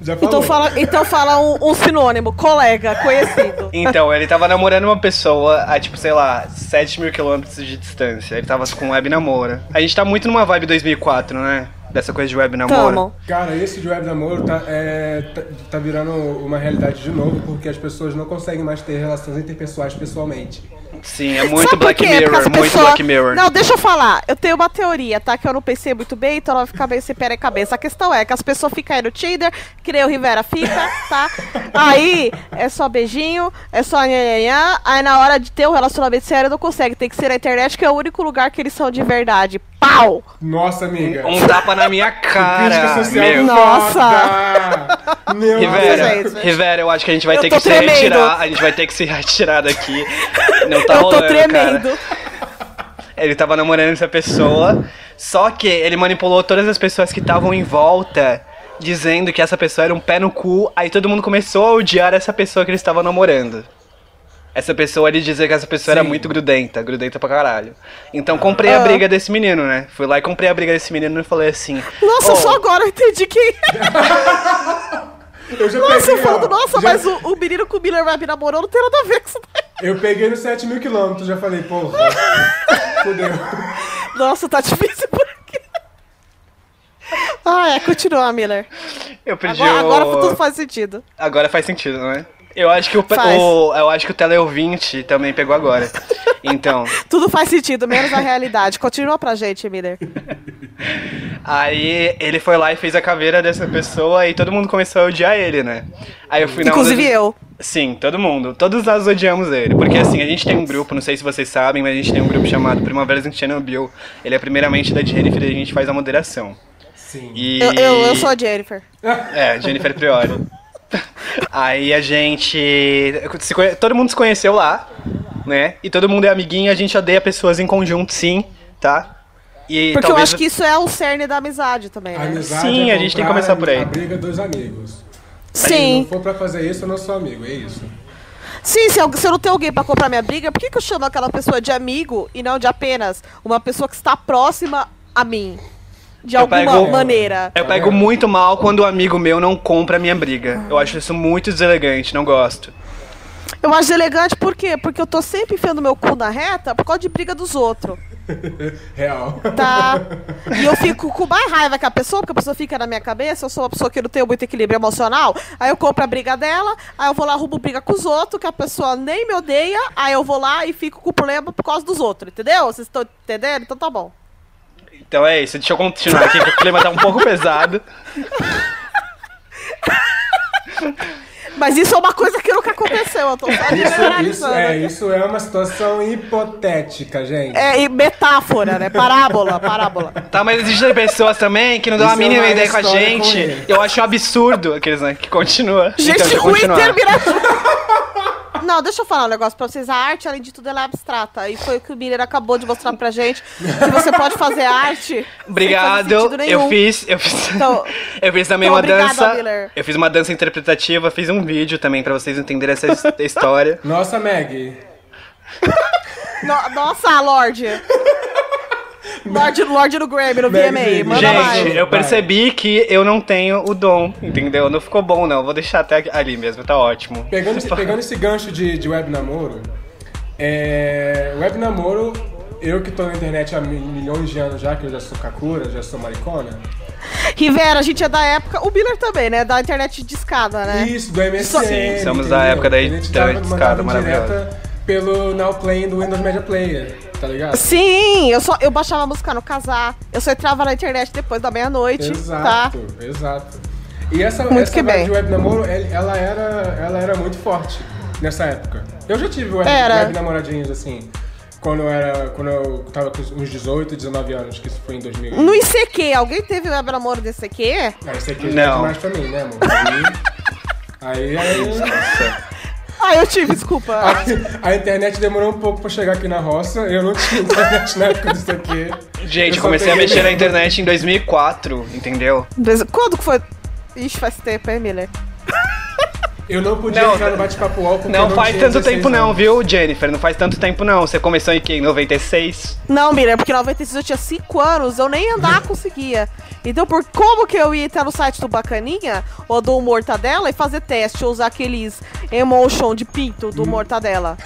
Speaker 3: Já falou.
Speaker 1: Então fala, então fala um, um sinônimo, colega, conhecido.
Speaker 2: Então, ele tava namorando uma pessoa a, tipo, sei lá, 7 mil quilômetros de distância. Ele tava com web namoro. A gente tá muito numa vibe 2004, né? Dessa coisa de web namoro.
Speaker 1: Tamo.
Speaker 3: Cara, esse de web namoro tá, é, tá, tá virando uma realidade de novo, porque as pessoas não conseguem mais ter relações interpessoais pessoalmente.
Speaker 2: Sim, é muito
Speaker 1: Sabe por
Speaker 2: Black
Speaker 1: quê? Porque
Speaker 2: Mirror,
Speaker 1: essa
Speaker 2: muito
Speaker 1: pessoa-
Speaker 2: Black Mirror.
Speaker 1: Não, deixa eu falar. Eu tenho uma teoria, tá? Que eu não pensei muito bem, então ela vai ficar meio sem pé em cabeça. A questão é que as pessoas ficam aí no Tinder, que nem o Rivera fica, tá? Aí é só beijinho, é só nhanhanhã. Aí na hora de ter um relacionamento sério não consegue. Tem que ser na internet, que é o único lugar que eles são de verdade. Pau!
Speaker 3: Nossa, amiga.
Speaker 2: Um tapa na minha cara.
Speaker 3: Crítica social
Speaker 2: Meu.
Speaker 1: Nossa.
Speaker 3: foda. Meu
Speaker 2: Rivera,
Speaker 1: gente.
Speaker 2: Rivera, eu acho que a gente vai
Speaker 1: Eu
Speaker 2: ter
Speaker 1: tô
Speaker 2: que
Speaker 1: tremendo.
Speaker 2: se retirar. A gente vai ter que se retirar daqui. Não tá
Speaker 1: eu
Speaker 2: rolando,
Speaker 1: tô
Speaker 2: cara.
Speaker 1: tremendo.
Speaker 2: Ele tava namorando essa pessoa, só que ele manipulou todas as pessoas que estavam em volta, dizendo que essa pessoa era um pé no cu, aí todo mundo começou a odiar essa pessoa que ele estava namorando. Essa pessoa, ele dizia que essa pessoa era
Speaker 3: Sim.
Speaker 2: muito grudenta, grudenta pra caralho. Então comprei a
Speaker 1: Ah.
Speaker 2: briga desse menino, né? Fui lá e comprei a briga desse menino e falei assim...
Speaker 1: Nossa,
Speaker 2: "Ô,
Speaker 1: só agora eu entendi é. que.
Speaker 3: Eu já
Speaker 1: Nossa, eu
Speaker 3: peguei, ó,
Speaker 1: falando, nossa,
Speaker 3: já-
Speaker 1: mas o, o menino com o Miller vai me namorou não tem nada a ver com isso. daí.
Speaker 3: Eu peguei nos 7 mil quilômetros, já falei, porra. Fudeu.
Speaker 1: Nossa, tá difícil por aqui. Ah, é, continua, Miller.
Speaker 2: Eu pedi
Speaker 1: Agora, agora
Speaker 2: o...
Speaker 1: tudo faz sentido.
Speaker 2: Agora faz sentido, não é? Eu acho que o, pe-
Speaker 1: Faz.
Speaker 2: o- eu acho que o teleouvinte também pegou agora. Então,
Speaker 1: Tudo faz sentido, menos a realidade. Continua pra gente, Miller.
Speaker 2: aí ele foi lá e fez a caveira dessa pessoa e todo mundo começou a odiar ele, né? Aí eu fui na onda
Speaker 1: Inclusive
Speaker 2: de-
Speaker 1: eu.
Speaker 2: Sim, todo mundo. Todos nós odiamos ele. Porque assim, a gente tem um grupo, não sei se vocês sabem, mas a gente tem um grupo chamado Primaveras em Chernobyl. Ele é primeiramente da Jennifer e a gente faz a moderação.
Speaker 3: Sim.
Speaker 2: E...
Speaker 1: Eu, eu, eu sou a Jennifer.
Speaker 2: É, Jennifer Priori. Aí a gente. se conhe- Todo mundo se conheceu lá, né? E todo mundo é amiguinho, a gente odeia pessoas em conjunto, sim, tá? E
Speaker 1: Porque eu
Speaker 2: talvez.
Speaker 1: acho que isso é o cerne da amizade também,
Speaker 3: A
Speaker 1: né?
Speaker 3: amizade
Speaker 2: Sim,
Speaker 3: é
Speaker 2: a gente tem que começar por aí.
Speaker 3: A briga dos amigos. Se não
Speaker 1: Sim.
Speaker 3: for pra fazer isso, eu não sou amigo, é isso.
Speaker 1: Sim, se eu, se eu não tenho alguém pra comprar minha briga, por que, que eu chamo aquela pessoa de amigo e não de apenas uma pessoa que está próxima a mim? De
Speaker 2: Eu
Speaker 1: alguma
Speaker 2: pego- É
Speaker 1: maneira.
Speaker 2: Eu pego muito mal quando um amigo meu não compra a minha briga. Eu acho isso muito deselegante, não gosto.
Speaker 1: Eu acho elegante por quê? Porque eu tô sempre enfiando meu cu na reta por causa de briga dos outros,
Speaker 3: Real.
Speaker 1: tá? E eu fico com mais raiva que a pessoa, porque a pessoa fica na minha cabeça, eu sou uma pessoa que não tenho muito equilíbrio emocional, aí eu compro a briga dela, aí eu vou lá, arrumo briga com os outros, que a pessoa nem me odeia, aí eu vou lá e fico com o problema por causa dos outros, entendeu? Vocês estão entendendo? Então tá bom.
Speaker 2: Então é isso, deixa eu continuar aqui, que o clima tá um pouco pesado.
Speaker 1: Mas isso é uma coisa que nunca aconteceu, eu tô só
Speaker 3: Isso, isso,
Speaker 1: generalizando.
Speaker 3: é, isso é uma situação hipotética, gente.
Speaker 1: É, e metáfora, né? Parábola, parábola.
Speaker 2: Tá, mas existem pessoas também que não dão a
Speaker 3: Isso é
Speaker 2: mínima
Speaker 3: uma
Speaker 2: ideia com a
Speaker 3: história com
Speaker 2: gente.
Speaker 3: ele.
Speaker 2: eu acho um absurdo aqueles, né? Que continua.
Speaker 1: Gente
Speaker 2: Então, deixa eu
Speaker 1: ruim
Speaker 2: continuar.
Speaker 1: terminar. Não, deixa eu falar um negócio pra vocês. A arte, além de tudo, ela é abstrata. E foi o que o Miller acabou de mostrar pra gente. Que você pode fazer arte. Sem
Speaker 2: Obrigado.
Speaker 1: fazer sentido
Speaker 2: Eu
Speaker 1: nenhum.
Speaker 2: fiz, eu fiz,
Speaker 1: Então-
Speaker 2: eu fiz também
Speaker 1: então
Speaker 2: uma
Speaker 1: obrigada,
Speaker 2: dança.
Speaker 1: Miller.
Speaker 2: Eu fiz uma dança interpretativa, fiz um vídeo também pra vocês entenderem essa his- história.
Speaker 3: Nossa, Maggie.
Speaker 1: No- nossa, Lorde. Lorde, Lorde no Grammy, no
Speaker 3: Meg
Speaker 1: VMA.
Speaker 3: Ziggy.
Speaker 1: Manda
Speaker 2: Gente,
Speaker 1: mais.
Speaker 2: eu
Speaker 3: Vai.
Speaker 2: percebi que eu não tenho o dom, entendeu? Não ficou bom não. Vou deixar até ali mesmo, tá ótimo.
Speaker 3: Pegando, esse- pegando esse gancho de, de web namoro, é, web namoro, eu que tô na internet há mi- milhões de anos já, que eu já sou kakura, já sou maricona.
Speaker 1: Rivera, a gente é da época. O Miller também, né? Da internet de escada, né?
Speaker 3: É. Isso, do MSN.
Speaker 2: Sim, somos da
Speaker 3: entendeu?
Speaker 2: época da
Speaker 3: A gente tava-
Speaker 2: internet discada,
Speaker 3: mandava direta
Speaker 2: maravilhosa.
Speaker 3: Pelo Now Play do Windows Media Player, tá ligado?
Speaker 1: Sim, eu só eu baixava a música no casar. Eu só entrava na internet depois da meia-noite, tá?
Speaker 3: Exato, exato. E essa,
Speaker 1: Muito
Speaker 3: essa
Speaker 1: que
Speaker 3: vibe
Speaker 1: bem.
Speaker 3: de web namoro, el- ela era, ela era muito forte nessa época. Eu já tive web,
Speaker 1: Era.
Speaker 3: web namoradinhos assim, quando eu, era, quando eu tava com uns 18, 19 anos, que isso foi em 2000.
Speaker 1: No ICQ, alguém teve web namoro do ICQ?
Speaker 3: Ah, isso aqui
Speaker 2: Não.
Speaker 3: é demais pra mim, né, amor? Aí, aí, aí
Speaker 1: Ah, eu tive, desculpa.
Speaker 3: a, a internet demorou um pouco pra chegar aqui na roça, eu não tinha internet na época disso aqui.
Speaker 2: Gente,
Speaker 3: Eu
Speaker 2: eu
Speaker 3: só
Speaker 2: comecei a
Speaker 3: peguei
Speaker 2: mexer na
Speaker 3: mesmo.
Speaker 2: internet em 2004, entendeu?
Speaker 1: Beleza. Quando que foi? Ixi, faz tempo, hein, Miller?
Speaker 3: Eu não podia
Speaker 2: Não,
Speaker 3: entrar no bate-papo UOL porque eu
Speaker 2: Não faz
Speaker 3: tinha
Speaker 2: tanto
Speaker 3: 16
Speaker 2: tempo não,
Speaker 3: anos.
Speaker 2: viu, Jennifer? Não faz tanto tempo não. Você começou em que? Em 96?
Speaker 1: Não, Miller, é porque em 96 eu tinha 5 anos, eu nem andar conseguia. Então, por como que eu ia entrar no site do Bacaninha ou do Mortadela e fazer teste, ou usar aqueles emotion de pinto do Mortadela?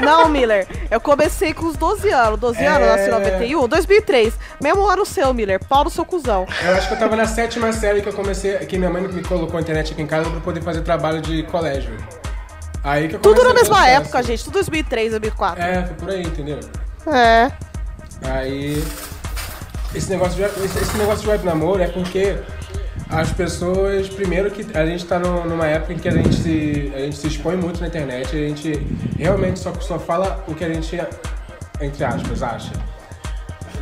Speaker 1: Não, Miller, eu comecei com os 12 anos. 12 anos, nasci em
Speaker 3: É.
Speaker 1: 91, 2003. Mesmo ano seu, Miller, pau no seu cuzão.
Speaker 3: Eu acho que eu tava na sétima série que eu comecei, que minha mãe me colocou a internet aqui em casa pra eu poder fazer trabalho de colégio. Aí que eu
Speaker 1: Tudo
Speaker 3: comecei
Speaker 1: na
Speaker 3: o
Speaker 1: mesma
Speaker 3: processo.
Speaker 1: época, gente, tudo 2003, 2004.
Speaker 3: É, foi por aí, entendeu?
Speaker 1: É.
Speaker 3: Aí. Esse negócio de, esse, esse negócio de web namoro é porque as pessoas, primeiro que a gente tá no- numa época em que a gente, se, a gente se expõe muito na internet, a gente realmente só, só fala o que a gente, entre aspas, acha.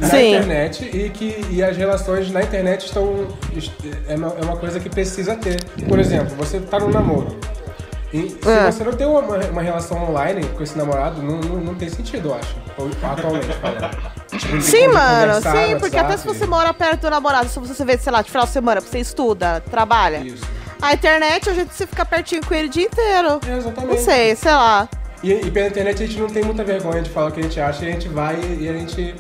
Speaker 3: na
Speaker 1: Sim.
Speaker 3: internet e que e as relações na internet estão. est- É uma, é uma coisa que precisa ter. Por exemplo, você tá num namoro. E se
Speaker 1: É.
Speaker 3: você não tem uma, uma relação online com esse namorado, não, não, não tem sentido, eu acho. Ou- Atualmente, falando. Tipo, tem
Speaker 1: Sim,
Speaker 3: como
Speaker 1: mano,
Speaker 3: conversar
Speaker 1: sim,
Speaker 3: no
Speaker 1: porque até se
Speaker 3: WhatsApp.
Speaker 1: você mora perto do namorado, se você vê, sei lá, de final de semana, você estuda, trabalha.
Speaker 3: Isso.
Speaker 1: A internet, a gente se fica pertinho com ele o dia inteiro.
Speaker 3: É, exatamente.
Speaker 1: Não sei, sei lá.
Speaker 3: E, e pela internet a gente não tem muita vergonha de falar o que a gente acha e a gente vai e a gente.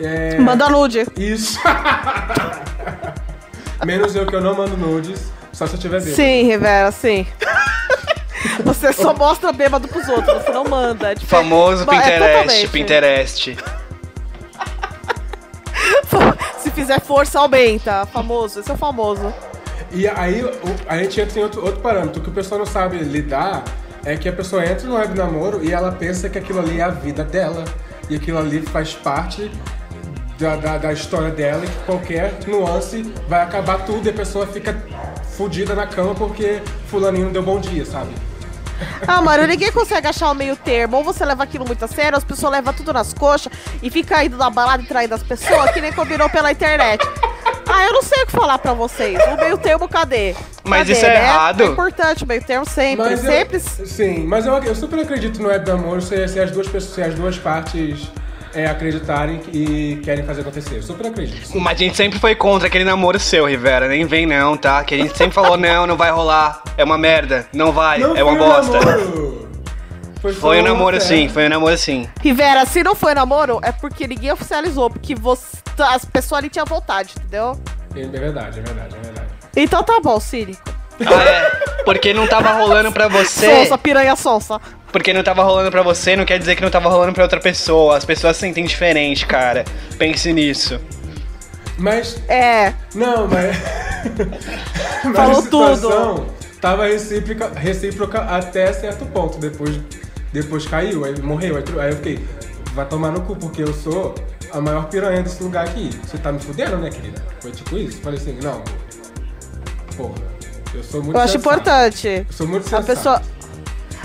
Speaker 3: é,
Speaker 1: Manda nude.
Speaker 3: Isso! Menos eu que eu não mando nudes, só se eu tiver bêbado.
Speaker 1: Sim, Rivera, sim. Você só mostra bêbado pros outros, você não manda. É diferente.
Speaker 2: Famoso
Speaker 1: Bom, é
Speaker 2: Pinterest,
Speaker 1: totalmente.
Speaker 2: Pinterest.
Speaker 1: Se fizer força, aumenta. Famoso, esse é o famoso.
Speaker 3: E aí o- a gente entra em outro, outro parâmetro. O que o pessoal não sabe lidar é que a pessoa entra no web namoro e ela pensa que aquilo ali é a vida dela. E aquilo ali faz parte da, da, da história dela e que qualquer nuance vai acabar tudo e a pessoa fica fudida na cama porque fulaninho não deu bom dia, sabe?
Speaker 1: Ah, mano, ninguém consegue achar o meio termo. Ou você leva aquilo muito a sério, as pessoas levam tudo nas coxas e fica indo na balada e traindo as pessoas, que nem combinou pela internet. Ah, eu não sei o que falar pra vocês. O meio termo, cadê?
Speaker 2: Mas
Speaker 1: Cadê,
Speaker 2: isso é
Speaker 1: né?
Speaker 2: errado.
Speaker 1: É importante o meio termo sempre.
Speaker 3: Mas eu-
Speaker 1: sempre.
Speaker 3: sim, mas eu, eu super acredito no web namoro se, se as duas pessoas, se as duas partes é, acreditarem e querem fazer acontecer. Eu super acredito.
Speaker 2: Mas a gente sempre foi contra aquele namoro seu, Rivera. Nem vem não, tá? Que a gente sempre falou, não, não vai rolar. É uma merda. Não vai.
Speaker 3: Não
Speaker 2: é uma
Speaker 3: foi um
Speaker 2: bosta.
Speaker 3: namoro.
Speaker 2: Foi
Speaker 3: só
Speaker 2: um namoro
Speaker 3: festa.
Speaker 2: sim, foi um namoro sim.
Speaker 1: Rivera, se não foi namoro, é porque ninguém oficializou, porque você, as pessoas ali tinham vontade, entendeu?
Speaker 3: É verdade, é verdade, é verdade.
Speaker 1: Então tá bom, Siri.
Speaker 2: Ah, é. Porque não tava rolando pra você.
Speaker 1: Sonsa, piranha sonsa.
Speaker 2: Porque não tava rolando pra você, não quer dizer que não tava rolando pra outra pessoa. As pessoas sentem diferente, cara. Pense nisso.
Speaker 3: Mas,
Speaker 1: É,
Speaker 3: não, mas... mas
Speaker 1: Falou
Speaker 3: a situação Tava recíproca, recíproca até certo ponto, depois, depois caiu, aí morreu, aí, tru- aí eu fiquei, vai tomar no cu, porque eu sou a maior piranha desse lugar aqui. Você tá me fudendo, né, querida? Foi tipo isso, falei assim, não, porra, eu sou muito
Speaker 1: eu acho
Speaker 3: sensato.
Speaker 1: importante.
Speaker 3: Eu sou muito
Speaker 1: A
Speaker 3: sensato.
Speaker 1: pessoa.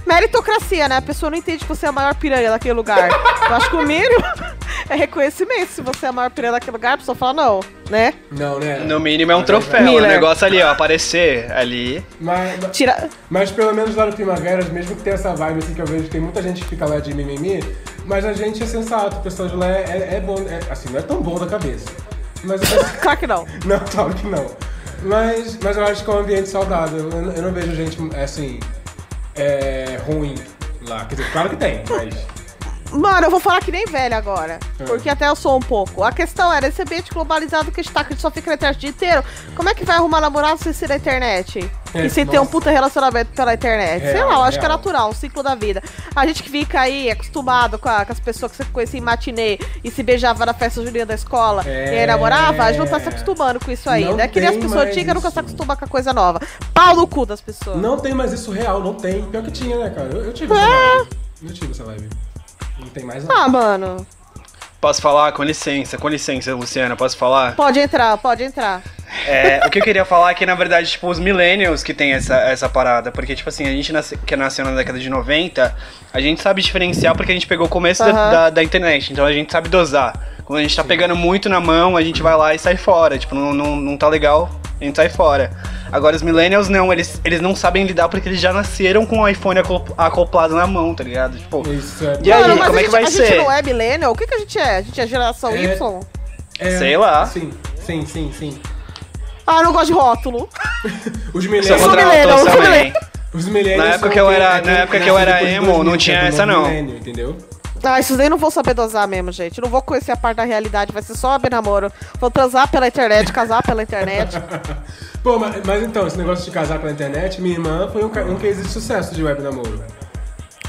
Speaker 1: Meritocracia, né? A pessoa não entende que você é a maior piranha daquele lugar. Eu acho que o mínimo é reconhecimento. Se você é a maior piranha daquele lugar, a pessoa fala não, né?
Speaker 3: Não, né?
Speaker 2: No mínimo é um troféu, é um
Speaker 1: Miller.
Speaker 2: negócio ali, ó, aparecer ali.
Speaker 3: Mas, mas-
Speaker 1: Tira.
Speaker 3: Mas pelo menos lá no Primavera, mesmo que tenha essa vibe assim que eu vejo que tem muita gente que fica lá de mimimi, mas a gente é sensato, o pessoal de lá é, é, é bom, é- assim, não é tão bom da cabeça. Mas
Speaker 1: Claro que não.
Speaker 3: não, claro que não. Mas, mas eu acho que é um ambiente saudável. Eu, não- eu não vejo gente assim é, ruim lá. Quer dizer, claro que tem, mas.
Speaker 1: Mano, eu vou falar que nem velha agora.
Speaker 3: É.
Speaker 1: Porque até eu sou um pouco. A questão era, esse ambiente globalizado que a gente tá, que a gente só fica na internet o dia inteiro, como é que vai arrumar namorado sem ser na internet?
Speaker 3: É,
Speaker 1: e sem ter um
Speaker 3: nossa.
Speaker 1: puta relacionamento pela internet? Sei
Speaker 3: Real,
Speaker 1: lá, eu acho que é
Speaker 3: real.
Speaker 1: natural, um ciclo da vida. A gente que fica aí acostumado com, a- com as pessoas que você conhecia em matinê e se beijava na festa junina da escola
Speaker 3: É.
Speaker 1: e aí namorava, a gente não tá se acostumando com isso ainda.
Speaker 3: Não
Speaker 1: É que nem as
Speaker 3: tem
Speaker 1: pessoas
Speaker 3: mais
Speaker 1: antigas nunca
Speaker 3: isso.
Speaker 1: se acostumam com a coisa nova. Pau no cu das pessoas.
Speaker 3: Não tem mais isso real, não tem. Pior que tinha, né, cara? Eu, eu tive
Speaker 1: É.
Speaker 3: essa vibe. Eu tive essa vibe. Não tem mais nada.
Speaker 1: Ah, mano.
Speaker 2: Posso falar? Com licença, com licença, Luciana, posso falar?
Speaker 1: Pode entrar, pode entrar.
Speaker 2: É, o que eu queria falar é que, na verdade, tipo, os millennials que tem essa, essa parada. Porque, tipo assim, a gente nasce- que nasceu na década de 90, a gente sabe diferenciar porque a gente pegou o começo da-
Speaker 1: Aham.
Speaker 2: da, da internet. Então a gente sabe dosar. Quando a gente tá pegando muito na mão, a gente vai lá e sai fora. Tipo, não, não, não tá legal, a gente sai fora. Agora, os millennials não, eles, eles não sabem lidar porque eles já nasceram com o iPhone acop- acoplado na mão, tá ligado? Tipo,
Speaker 3: Isso é.
Speaker 2: E aí,
Speaker 1: Mano, mas
Speaker 2: como
Speaker 1: a
Speaker 2: é
Speaker 1: gente,
Speaker 2: que vai
Speaker 1: a
Speaker 2: ser?
Speaker 1: gente não é millennial? O que, que a gente é? A gente é geração
Speaker 3: É.
Speaker 1: Y?
Speaker 3: é-
Speaker 2: sei lá.
Speaker 3: Sim, sim, sim, sim.
Speaker 1: Ah, eu não gosto de rótulo.
Speaker 3: Os
Speaker 2: isso é
Speaker 1: sou
Speaker 3: millennials.
Speaker 2: outra
Speaker 1: millennial,
Speaker 2: autor
Speaker 1: sou
Speaker 2: também.
Speaker 1: millennial.
Speaker 3: Os millennials
Speaker 2: Na época
Speaker 3: são
Speaker 2: que eu
Speaker 3: quem-
Speaker 2: era-
Speaker 3: é quem
Speaker 2: na época que eu
Speaker 3: nasce
Speaker 2: era
Speaker 3: depois de
Speaker 2: emo, não
Speaker 3: 2000,
Speaker 2: tinha
Speaker 3: que é do
Speaker 2: essa,
Speaker 3: novo
Speaker 2: não.
Speaker 3: milênio, entendeu?
Speaker 1: Ah, isso daí não vou saber dosar mesmo, gente. Não vou conhecer a parte da realidade, vai ser só abrir namoro. Vou transar pela internet, casar pela internet.
Speaker 3: Pô, mas, mas então, esse negócio de casar pela internet, minha irmã foi um, ca- um case de sucesso de web namoro.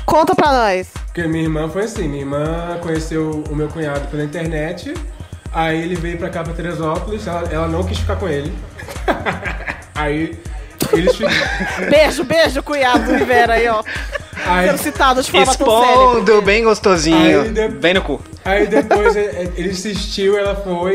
Speaker 1: Conta pra nós.
Speaker 3: Porque minha irmã foi assim, minha irmã conheceu o meu cunhado pela internet, aí ele veio pra cá pra Teresópolis, ela, ela não quis ficar com ele. aí eles ficaram.
Speaker 1: Beijo, beijo, cunhado do Rivera aí, ó.
Speaker 3: Aí,
Speaker 1: Sendo citado de forma tão séria.
Speaker 2: Expondo, bem gostosinho.
Speaker 3: Aí, de-
Speaker 2: Bem no cu.
Speaker 3: Aí depois é, é, ele insistiu, ela foi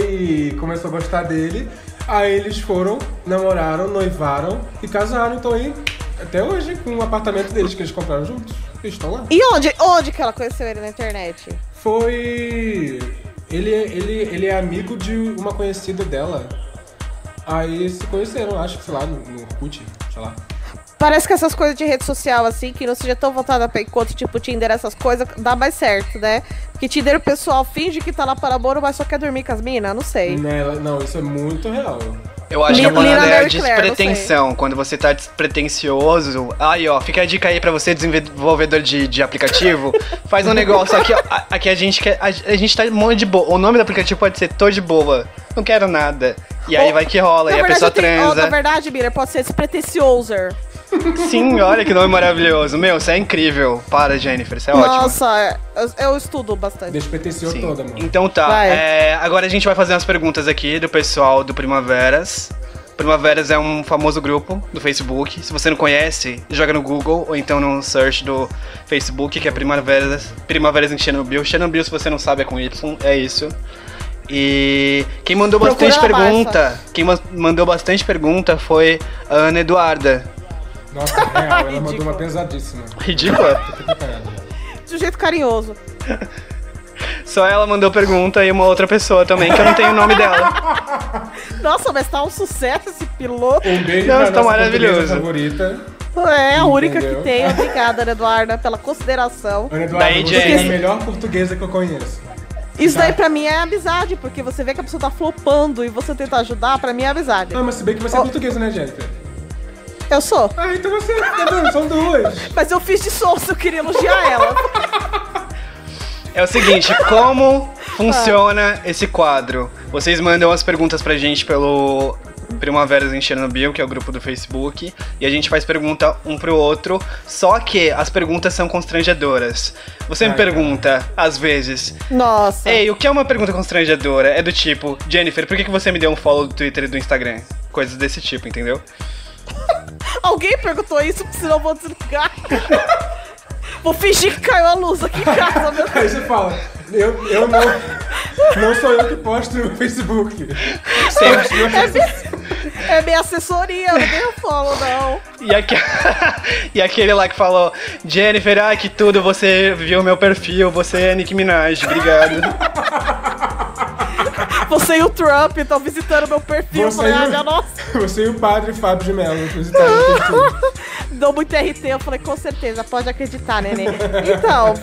Speaker 3: e começou a gostar dele. Aí eles foram, namoraram, noivaram e casaram. Então aí, até hoje, com o apartamento deles que eles compraram juntos, eles estão lá.
Speaker 1: E onde, onde que ela conheceu ele na internet?
Speaker 3: Foi. Ele, ele, ele é amigo de uma conhecida dela. Aí se conheceram, acho que, sei lá, no, no Orkut, sei lá.
Speaker 1: Parece que essas coisas de rede social, assim, que não seja tão voltada pra encontro, tipo Tinder, essas coisas, dá mais certo, né? Porque Tinder o pessoal finge que tá lá para namoro, mas só quer dormir com as minas, não sei.
Speaker 3: Né, ela- Não, isso é muito real.
Speaker 2: Eu acho que a
Speaker 1: Lina
Speaker 2: parada é a
Speaker 1: Mary Claire, não sei.
Speaker 2: despretensão. Quando você tá despretensioso. Aí, ó, fica a dica aí pra você, desenvolvedor de, de aplicativo. Faz um negócio aqui, ó. A- Aqui a gente quer. A, a gente tá um monte de boa. O nome do aplicativo pode ser Tô de Boa. Não quero nada. E aí
Speaker 1: Ou-
Speaker 2: vai que rola,
Speaker 1: Na
Speaker 2: e a
Speaker 1: verdade,
Speaker 2: pessoa
Speaker 1: eu tenho- ó, tá na
Speaker 2: transa. É
Speaker 1: verdade, Miller, pode ser despretensioser.
Speaker 2: Sim, olha que nome maravilhoso. Meu, isso é incrível. Para, Jennifer, isso é ótimo.
Speaker 1: Nossa, eu, eu estudo bastante.
Speaker 3: Despetenciou
Speaker 2: Sim.
Speaker 3: toda, mano.
Speaker 2: Então tá,
Speaker 1: Vai.
Speaker 2: é, agora a gente vai fazer umas perguntas aqui do pessoal do Primaveras. Primaveras é um famoso grupo do Facebook. Se você não conhece, joga no Google ou então no search do Facebook, que é Primaveras, Primaveras em Chernobyl. Chernobyl, se você não sabe, é com Y, é isso. E quem mandou
Speaker 1: Procura
Speaker 2: bastante
Speaker 1: na
Speaker 2: pergunta, quem ma- mandou bastante pergunta foi a Ana Eduarda.
Speaker 3: Nossa, é real, ela mandou
Speaker 1: Ridículo.
Speaker 3: uma pesadíssima.
Speaker 2: Ridícula.
Speaker 3: Caralho.
Speaker 1: De um jeito carinhoso.
Speaker 2: Só ela mandou pergunta e uma outra pessoa também, que eu não tenho o nome dela.
Speaker 1: Nossa, mas tá um sucesso esse piloto.
Speaker 3: Um beijo
Speaker 2: Não,
Speaker 3: pra
Speaker 2: isso tá
Speaker 3: nossa
Speaker 2: maravilhoso.
Speaker 3: portuguesa favorita.
Speaker 1: É a única
Speaker 3: Entendeu?
Speaker 1: que tem. Obrigada, Ana Eduarda, pela consideração.
Speaker 3: Ana Eduarda,
Speaker 2: Daí,
Speaker 3: você é a
Speaker 2: Jenny.
Speaker 3: melhor portuguesa que eu conheço.
Speaker 1: Isso daí pra mim é amizade, porque você vê que a pessoa tá flopando e você tenta ajudar, pra mim é amizade.
Speaker 3: Ah, mas se bem que você é
Speaker 1: Ó.
Speaker 3: portuguesa, né, Jennifer?
Speaker 1: Eu sou.
Speaker 3: Ah, então você... Tá vendo? São duas.
Speaker 1: Mas eu fiz de sonso, eu queria elogiar ela.
Speaker 2: É o seguinte, como funciona esse quadro? Vocês mandam as perguntas pra gente pelo Primaveras em Chernobyl, que é o grupo do Facebook, e a gente faz pergunta um pro outro, só que as perguntas são constrangedoras. Você me
Speaker 3: Ai, cara.
Speaker 2: pergunta, às vezes,
Speaker 1: Nossa.
Speaker 2: ei, o que é uma pergunta constrangedora? É do tipo, Jennifer, por que que você me deu um follow do Twitter e do Instagram? Coisas desse tipo, entendeu?
Speaker 1: Alguém perguntou isso, porque senão eu vou desligar. vou fingir que caiu a luz aqui em casa, meu
Speaker 3: Aí você fala, eu, eu não... Não sou eu que posto no Facebook.
Speaker 2: Sempre.
Speaker 1: É minha, é minha assessoria, eu não tenho follow, não.
Speaker 2: E, aque- e aquele lá que falou, Jennifer, ai que tudo, você viu meu perfil, você é Nick Minaj,
Speaker 1: Tá.
Speaker 2: obrigado.
Speaker 1: Ah, Você e o Trump estão visitando meu perfil,
Speaker 3: Você
Speaker 1: falei,
Speaker 3: e o-
Speaker 1: ah, minha nossa.
Speaker 3: Você e o padre Fábio de Mello tá visitaram o Facebook.
Speaker 1: Dou muito RT, eu falei, com certeza, pode acreditar, neném. Então,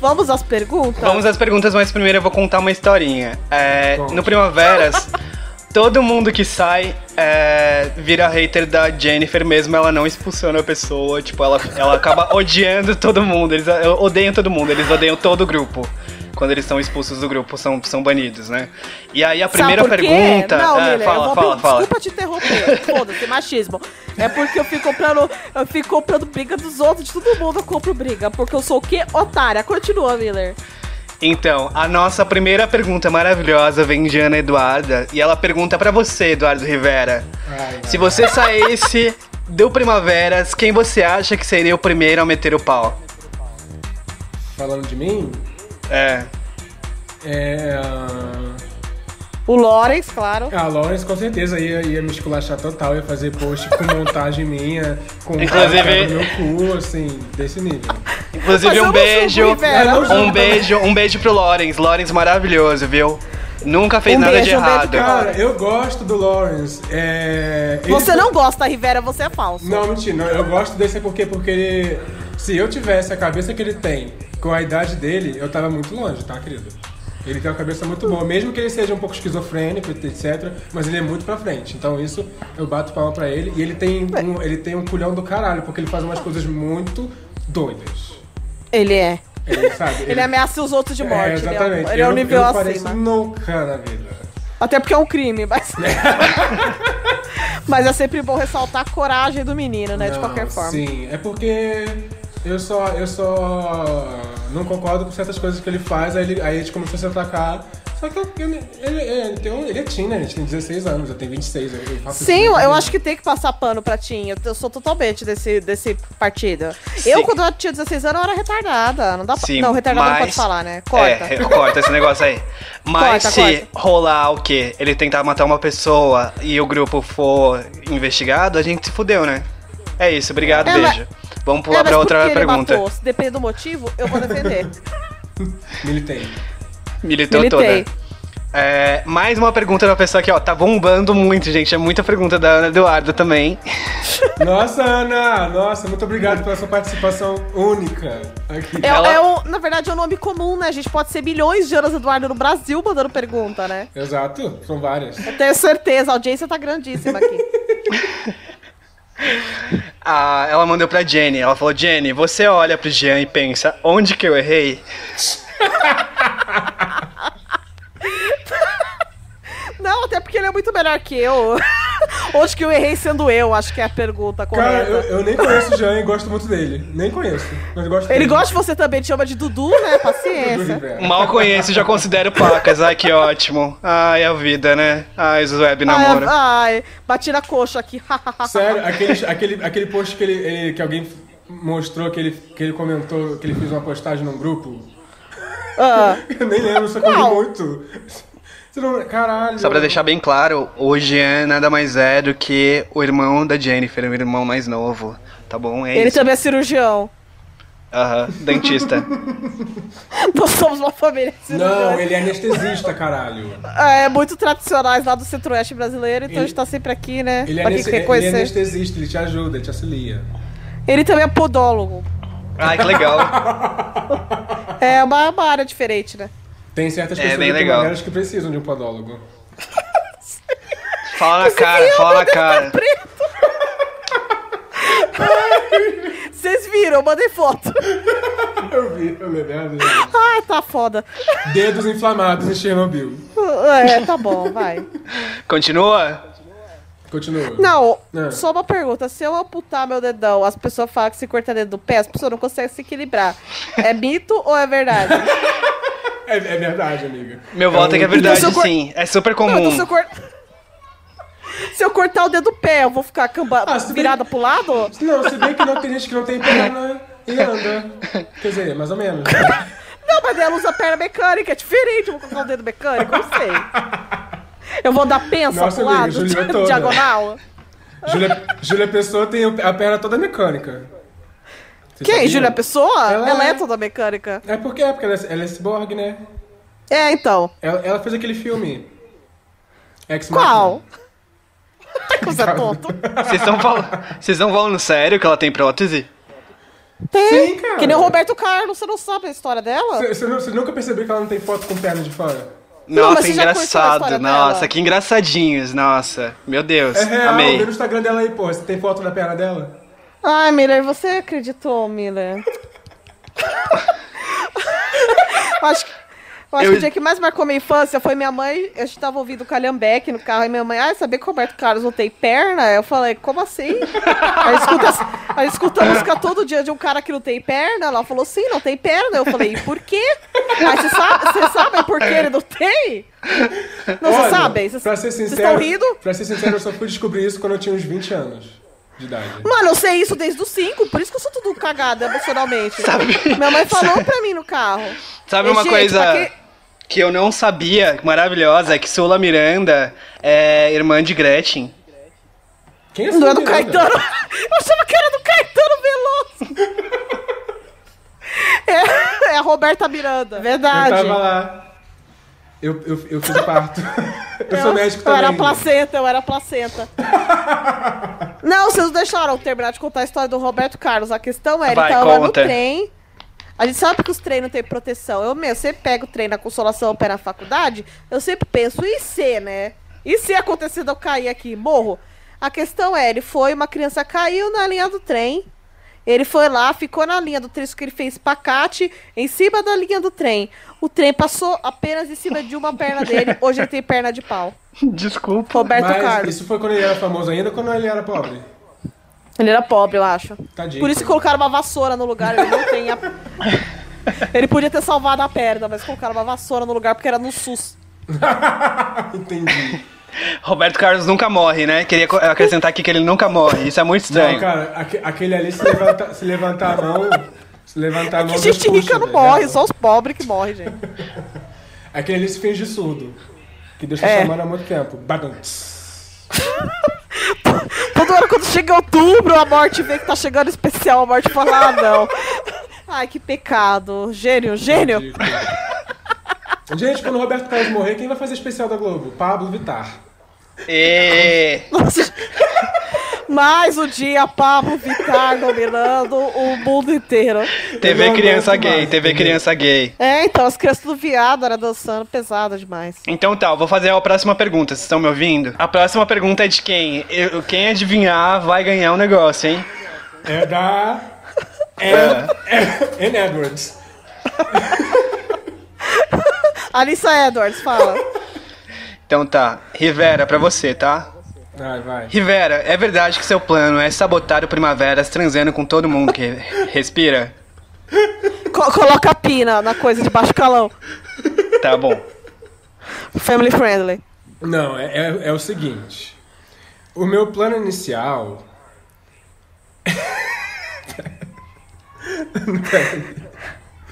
Speaker 1: vamos às perguntas?
Speaker 2: Vamos às perguntas, mas primeiro eu vou contar uma historinha. É,
Speaker 3: Conte.
Speaker 2: no Primaveras, todo mundo que sai é, vira hater da Jennifer mesmo, ela não expulsando a pessoa, tipo, ela, ela acaba odiando todo mundo, eles a- odeiam todo mundo, eles odeiam todo o grupo. Quando eles são expulsos do grupo, são, são banidos, né? E aí a primeira
Speaker 1: Sabe por quê?
Speaker 2: pergunta.
Speaker 1: Não,
Speaker 2: é,
Speaker 1: Miller, eu
Speaker 2: fala,
Speaker 1: vou- um,
Speaker 2: fala, fala.
Speaker 1: Desculpa te interromper. Foda-se, machismo. É porque eu fico comprando. Eu fico comprando briga dos outros, de todo mundo eu compro briga. Porque eu sou o quê? Otária. Continua, Miller.
Speaker 2: Então, a nossa primeira pergunta maravilhosa vem de Ana Eduarda e ela pergunta pra você, Eduardo Rivera.
Speaker 3: Ai,
Speaker 2: Se você saísse do Primaveras, quem você acha que seria o primeiro a meter o pau?
Speaker 3: Falando de mim,
Speaker 2: É.
Speaker 3: é... ah,
Speaker 1: O Lawrence, claro.
Speaker 3: A Lawrence com certeza ia, ia me esculachar total, ia fazer post com montagem minha, com
Speaker 2: Inclusive-
Speaker 3: do meu cu, assim, desse nível.
Speaker 1: Mas
Speaker 2: Inclusive,
Speaker 1: eu
Speaker 2: um
Speaker 1: não
Speaker 2: beijo.
Speaker 1: julgo, Rivera.
Speaker 3: Eu não julgo.
Speaker 2: Um beijo, um beijo pro Lorenz. Lorenz maravilhoso, viu? Nunca fez
Speaker 1: Um
Speaker 2: nada de
Speaker 1: beijo, um beijo
Speaker 2: errado.
Speaker 1: pra
Speaker 3: Cara, eu gosto do Lawrence. É... ele
Speaker 1: Você
Speaker 3: foi-
Speaker 1: não gosta, Rivera, você é falso.
Speaker 3: Não, mentira. não, Eu gosto desse é porque, porque ele. Se eu tivesse a cabeça que ele tem com a idade dele, eu tava muito longe, tá, querido? Ele tem uma cabeça muito boa, mesmo que ele seja um pouco esquizofrênico, etc. Mas ele é muito pra frente. Então isso eu bato palma pra ele. E ele tem um, ele tem um culhão do caralho, porque ele faz umas coisas muito doidas.
Speaker 1: Ele é.
Speaker 3: Ele sabe.
Speaker 1: Ele ameaça os outros de
Speaker 3: É,
Speaker 1: morte. ele é um-
Speaker 3: exatamente.
Speaker 1: ele é um
Speaker 3: eu,
Speaker 1: nível
Speaker 3: eu não faria
Speaker 1: acima.
Speaker 3: isso nunca na vida.
Speaker 1: Até porque é um crime, mas. mas é sempre bom ressaltar a coragem do menino, né? de
Speaker 3: Não,
Speaker 1: qualquer forma.
Speaker 3: Sim, é porque eu só, eu só não concordo com certas coisas que ele faz, aí ele, aí ele começou a se atacar. Só que eu- eu- ele, ele, ele tem um- ele é teen, né? Ele tem 16 anos, eu tenho 26. Eu, eu faço
Speaker 1: Sim,
Speaker 3: isso né?
Speaker 1: eu,
Speaker 3: muito
Speaker 1: eu
Speaker 3: bem.
Speaker 1: acho que tem que passar pano pra Tim. Eu, eu sou totalmente desse, desse partido. Eu, quando eu tinha 16 anos, eu era retardada. Não dá pra.
Speaker 2: Sim,
Speaker 1: não, retardada
Speaker 2: mas-
Speaker 1: não pode falar, né? Corta.
Speaker 2: É, corta esse negócio aí. Mas
Speaker 1: Corta,
Speaker 2: se
Speaker 1: corta.
Speaker 2: rolar o quê? Ele tentar matar uma pessoa e o grupo for investigado, a gente se fudeu, né? É isso, obrigado,
Speaker 1: É, mas-
Speaker 2: beijo. Vamos pular
Speaker 1: É, mas
Speaker 2: pra
Speaker 1: por que
Speaker 2: outra
Speaker 1: ele
Speaker 2: pergunta.
Speaker 1: matou? Se depender do motivo, eu vou defender.
Speaker 3: Ele tem.
Speaker 2: Militou
Speaker 1: Militei.
Speaker 2: toda. É, mais uma pergunta da pessoa aqui, ó. Tá bombando muito, gente. É muita pergunta da Ana Eduarda também.
Speaker 3: Nossa, Ana! Nossa, muito obrigado pela sua participação única aqui.
Speaker 1: É,
Speaker 2: Ela-
Speaker 1: é um- na verdade, é um nome comum, né? A gente pode ser milhões de anos Eduardo no Brasil mandando pergunta, né?
Speaker 3: Exato, são várias.
Speaker 1: Eu tenho certeza, a audiência tá grandíssima aqui.
Speaker 2: Ah, ela mandou pra Jenny. Ela falou: Jenny, você olha pro Jean e pensa, onde que eu errei?
Speaker 1: Não, até porque ele é muito melhor que eu. Onde que eu errei sendo eu, acho que é a pergunta
Speaker 3: Cara,
Speaker 1: correta.
Speaker 3: eu, eu nem conheço o Jean e gosto muito dele. Nem conheço, mas gosto
Speaker 1: Ele
Speaker 3: dele.
Speaker 1: gosta de você também, te chama de Dudu, né?
Speaker 3: do
Speaker 1: Paciência.
Speaker 3: Rivera.
Speaker 2: Mal conheço e já considero pacas. Ai, que ótimo. Ai, a vida, né? Ai, os web
Speaker 1: Ai,
Speaker 2: namoro.
Speaker 1: ai, bati na coxa aqui.
Speaker 3: Sério, aquele, aquele, aquele post que, ele, ele- que alguém mostrou, que ele, que ele comentou, que ele fez uma postagem num grupo.
Speaker 1: Ah,
Speaker 3: Eu nem lembro, só que eu
Speaker 1: Qual?
Speaker 3: vi muito. Você não- Caralho.
Speaker 2: Só pra deixar bem claro, o Jean nada mais é do que o irmão da Jennifer, o irmão mais novo. Tá bom? É
Speaker 1: ele
Speaker 2: isso.
Speaker 1: também é cirurgião.
Speaker 2: Aham, dentista.
Speaker 1: Nós somos uma família de
Speaker 3: Não,
Speaker 1: cirurgiões.
Speaker 3: ele é anestesista, caralho.
Speaker 1: É, muito tradicionais lá do centro-oeste brasileiro, então
Speaker 3: Ele-
Speaker 1: a gente tá sempre aqui, né?
Speaker 3: Ele é,
Speaker 1: pra quem
Speaker 3: aneste-
Speaker 1: quer
Speaker 3: ele é
Speaker 1: conhecer. Ele,
Speaker 3: anestesista, ele te ajuda, ele te auxilia.
Speaker 1: também é podólogo.
Speaker 2: Ai, que legal.
Speaker 1: É uma, uma área diferente, né?
Speaker 3: Tem certas
Speaker 2: É,
Speaker 3: pessoas
Speaker 2: bem
Speaker 3: que têm
Speaker 2: legal.
Speaker 3: maneiras que precisam de um podólogo.
Speaker 2: Fala na cara, fala na cara.
Speaker 1: Vocês viram, eu mandei foto.
Speaker 3: Eu vi, eu lembro. eu lembro.
Speaker 1: Ai, tá foda.
Speaker 3: Dedos inflamados em Chernobyl.
Speaker 1: É, tá bom, vai.
Speaker 2: Continua?
Speaker 3: Continua.
Speaker 1: Não,
Speaker 3: É.
Speaker 1: só uma pergunta. Se eu amputar meu dedão, as pessoas falam que se corta dedo do pé, as pessoas não conseguem se equilibrar. É mito ou é verdade?
Speaker 3: É, é verdade, amiga.
Speaker 2: Meu voto é que é
Speaker 3: um-
Speaker 2: verdade,
Speaker 1: seu cor-
Speaker 2: sim. É super
Speaker 1: Não, então se
Speaker 2: comum.
Speaker 1: eu, cor- se eu cortar o dedo do pé, eu vou ficar camba...
Speaker 3: Ah, se bem-
Speaker 1: virada pro lado?
Speaker 3: Não, se bem que não tem gente que não tem perna e anda. Quer dizer, mais ou menos.
Speaker 1: Não, mas ela usa perna mecânica, é diferente. Eu vou colocar o dedo mecânico, não sei. Eu vou dar pensa
Speaker 3: Nossa,
Speaker 1: pro
Speaker 3: amiga,
Speaker 1: lado,
Speaker 3: Juliana toda.
Speaker 1: diagonal.
Speaker 3: Júlia, Júlia Pessoa tem a perna toda mecânica. Você
Speaker 1: Quem? é
Speaker 3: sabia?
Speaker 1: Júlia Pessoa?
Speaker 3: Ela
Speaker 1: Ela,
Speaker 3: é.
Speaker 1: é toda mecânica.
Speaker 3: É porque é, porque ela é, ela é cyborg, né?
Speaker 1: É, então.
Speaker 3: Ela, ela fez aquele filme. Ex Machina.
Speaker 1: Qual? Ai, que você é tonto.
Speaker 2: Vocês estão fal... Vocês não falando sério que ela tem prótese?
Speaker 1: Tem.
Speaker 3: Sim, cara.
Speaker 1: Que nem o Roberto Carlos, você não sabe a história dela?
Speaker 3: Você, você nu- você nunca percebeu que ela não tem foto com perna de fora?
Speaker 1: Não,
Speaker 2: Nossa,
Speaker 1: mas você já conheceu a
Speaker 2: engraçado.
Speaker 1: história
Speaker 2: Nossa,
Speaker 1: dela?
Speaker 2: que engraçadinhos. Nossa, meu Deus.
Speaker 3: É real, vê no
Speaker 2: Amei.
Speaker 3: Instagram dela aí, porra. Você tem foto da perna dela?
Speaker 1: Ai, Miller, você acreditou, Miller? eu acho que, eu acho
Speaker 2: Eu-
Speaker 1: que o dia que mais marcou minha infância foi minha mãe. A gente tava ouvindo o Calhambeck no carro e minha mãe, ah, sabia que o Roberto Carlos não tem perna? Eu falei, como assim? Aí escuta, aí escuta a música todo dia de um cara que não tem perna. Ela falou, sim, não tem perna. Eu falei, e por quê? Aí vocês sabe, vocês sabem por que ele não tem? Não,
Speaker 3: Olha,
Speaker 1: vocês sabem? Vocês
Speaker 3: Pra ser
Speaker 1: vocês
Speaker 3: sincero,
Speaker 1: estão rindo?
Speaker 3: Pra ser sincero, eu só fui descobrir isso quando eu tinha uns 20 anos de idade.
Speaker 1: Mano, eu sei isso desde os 5, por isso que eu sou tudo cagada emocionalmente.
Speaker 2: Sabe-
Speaker 1: Minha mãe falou pra mim no carro.
Speaker 2: Sabe
Speaker 1: Ei,
Speaker 2: uma
Speaker 1: gente,
Speaker 2: coisa
Speaker 1: pra que-
Speaker 2: que eu não sabia, maravilhosa, é que Sula Miranda é irmã de Gretchen.
Speaker 3: Quem é essa
Speaker 1: Não é do
Speaker 3: menina?
Speaker 1: Caetano. Eu achava que era do Caetano Veloso. É, é a Roberta Miranda.
Speaker 3: Eu
Speaker 1: Verdade.
Speaker 3: tava lá. Eu, eu, eu fiz o parto. eu sou médico
Speaker 1: eu
Speaker 3: também.
Speaker 1: era placenta, eu era placenta. não, vocês não deixaram eu terminar de contar a história do Roberto Carlos. A questão é, ele
Speaker 2: Vai,
Speaker 1: tava no
Speaker 2: conta.
Speaker 1: trem. A gente sabe que os trem não tem proteção. Eu mesmo sempre pego o trem na consolação pé na faculdade, eu sempre penso, e se, né? E se acontecer de eu cair aqui, morro? A questão é, ele foi, uma criança caiu na linha do trem. Ele foi lá, ficou na linha do trem, isso que ele fez pacate em cima da linha do trem. O trem passou apenas em cima de uma perna dele. Hoje ele tem perna de pau.
Speaker 2: Desculpa.
Speaker 1: Roberto
Speaker 3: Mas
Speaker 1: Carlos.
Speaker 3: isso foi quando ele era famoso ainda ou quando ele era pobre?
Speaker 1: Ele era pobre, eu acho.
Speaker 3: Tadinho.
Speaker 1: Por isso que colocaram uma vassoura no lugar. Ele não tem a... Ele podia ter salvado a perna, mas colocaram uma vassoura no lugar porque era no SUS.
Speaker 3: Entendi.
Speaker 2: Roberto Carlos nunca morre, né? Queria co- acrescentar aqui que ele nunca morre. Isso é muito
Speaker 3: Não,
Speaker 2: estranho.
Speaker 3: cara, aque- aquele ali se levanta- se levantar a mão. Se levantar a mão.
Speaker 1: É Que
Speaker 3: Deus
Speaker 1: gente
Speaker 3: puxa,
Speaker 1: rica não
Speaker 3: tá
Speaker 1: morre,
Speaker 3: ligado?
Speaker 1: só os pobres que morrem, gente.
Speaker 3: Aquele ali se finge de surdo. Que Deus tá
Speaker 1: É.
Speaker 3: chamando há muito tempo. Badum.
Speaker 1: Toda hora quando chega outubro, a morte vê que tá chegando especial, a morte fala, ah, não. Ai, que pecado. Gênio, gênio.
Speaker 3: Gente, quando o Roberto Carlos morrer, quem vai fazer especial da Globo? Pablo Vittar.
Speaker 2: E...
Speaker 1: Nossa, Mais um dia, Pablo Vittar dominando o mundo inteiro.
Speaker 2: TV
Speaker 3: não
Speaker 2: criança
Speaker 3: aguento
Speaker 2: gay,
Speaker 3: mais,
Speaker 2: TV
Speaker 3: entendeu?
Speaker 2: criança gay.
Speaker 1: É, então, as crianças do viado era dançando pesada demais.
Speaker 2: Então tá, eu vou fazer a próxima pergunta, vocês estão me ouvindo? A próxima pergunta é de quem? Eu- quem adivinhar vai ganhar o negócio, hein?
Speaker 3: É da. É. Anne Edwards.
Speaker 1: Alissa Edwards, fala.
Speaker 2: Então tá, Rivera, pra você, tá?
Speaker 3: Vai, vai.
Speaker 2: Rivera, é verdade que seu plano é sabotar o Primaveras transando com todo mundo que respira?
Speaker 1: Co- coloca a pina na coisa de baixo calão.
Speaker 2: Tá bom.
Speaker 1: Family friendly.
Speaker 3: Não, é, é- é o seguinte. O meu plano inicial.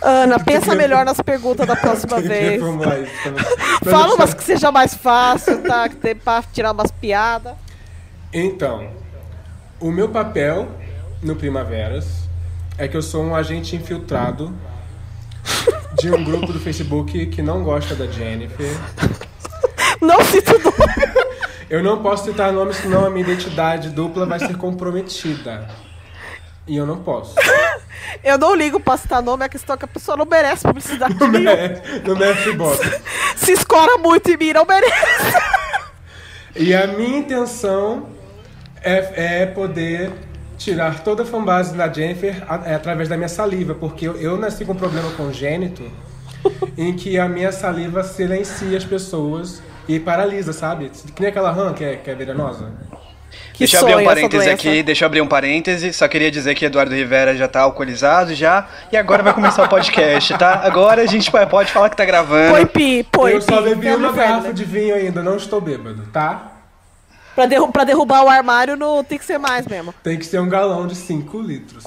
Speaker 1: Ana, pensa melhor nas perguntas da próxima
Speaker 3: Tem que
Speaker 1: vez.
Speaker 3: reformular isso pra você. Mas
Speaker 1: Fala
Speaker 3: eu-
Speaker 1: umas que seja mais fácil, tá? Que tem pra tirar umas piadas.
Speaker 3: Então, o meu papel no Primaveras é que eu sou um agente infiltrado de um grupo do Facebook que não gosta da Jennifer.
Speaker 1: Não cito tudo.
Speaker 3: Eu não posso citar nomes, senão a minha identidade dupla vai ser comprometida. E eu não posso.
Speaker 1: Eu não ligo pra citar nome, é questão que a pessoa não merece publicidade
Speaker 3: Não
Speaker 1: nenhuma.
Speaker 3: merece, não merece bosta.
Speaker 1: Se escora muito em mim, não merece.
Speaker 3: E a minha intenção é, é poder tirar toda a fanbase da Jennifer a- é, através da minha saliva, porque eu, eu nasci com um problema congênito em que a minha saliva silencia as pessoas e paralisa, sabe? Que nem aquela rã que é, que é venenosa.
Speaker 1: Que
Speaker 2: deixa eu abrir um
Speaker 1: sonho essa
Speaker 2: parêntese
Speaker 1: doença.
Speaker 2: aqui, deixa eu abrir um parêntese. Só queria dizer que Eduardo Rivera já tá alcoolizado já. E agora vai começar o podcast, tá? Agora a gente pode- pode falar que tá gravando.
Speaker 1: Põe pi, põe
Speaker 3: eu só
Speaker 1: pi,
Speaker 3: bebi
Speaker 1: family
Speaker 3: uma garrafa
Speaker 1: friendly.
Speaker 3: de vinho ainda, não estou bêbado, tá?
Speaker 1: Pra, derru- pra derrubar o armário, não tem que ser mais mesmo.
Speaker 3: Tem que ser um galão de 5 litros.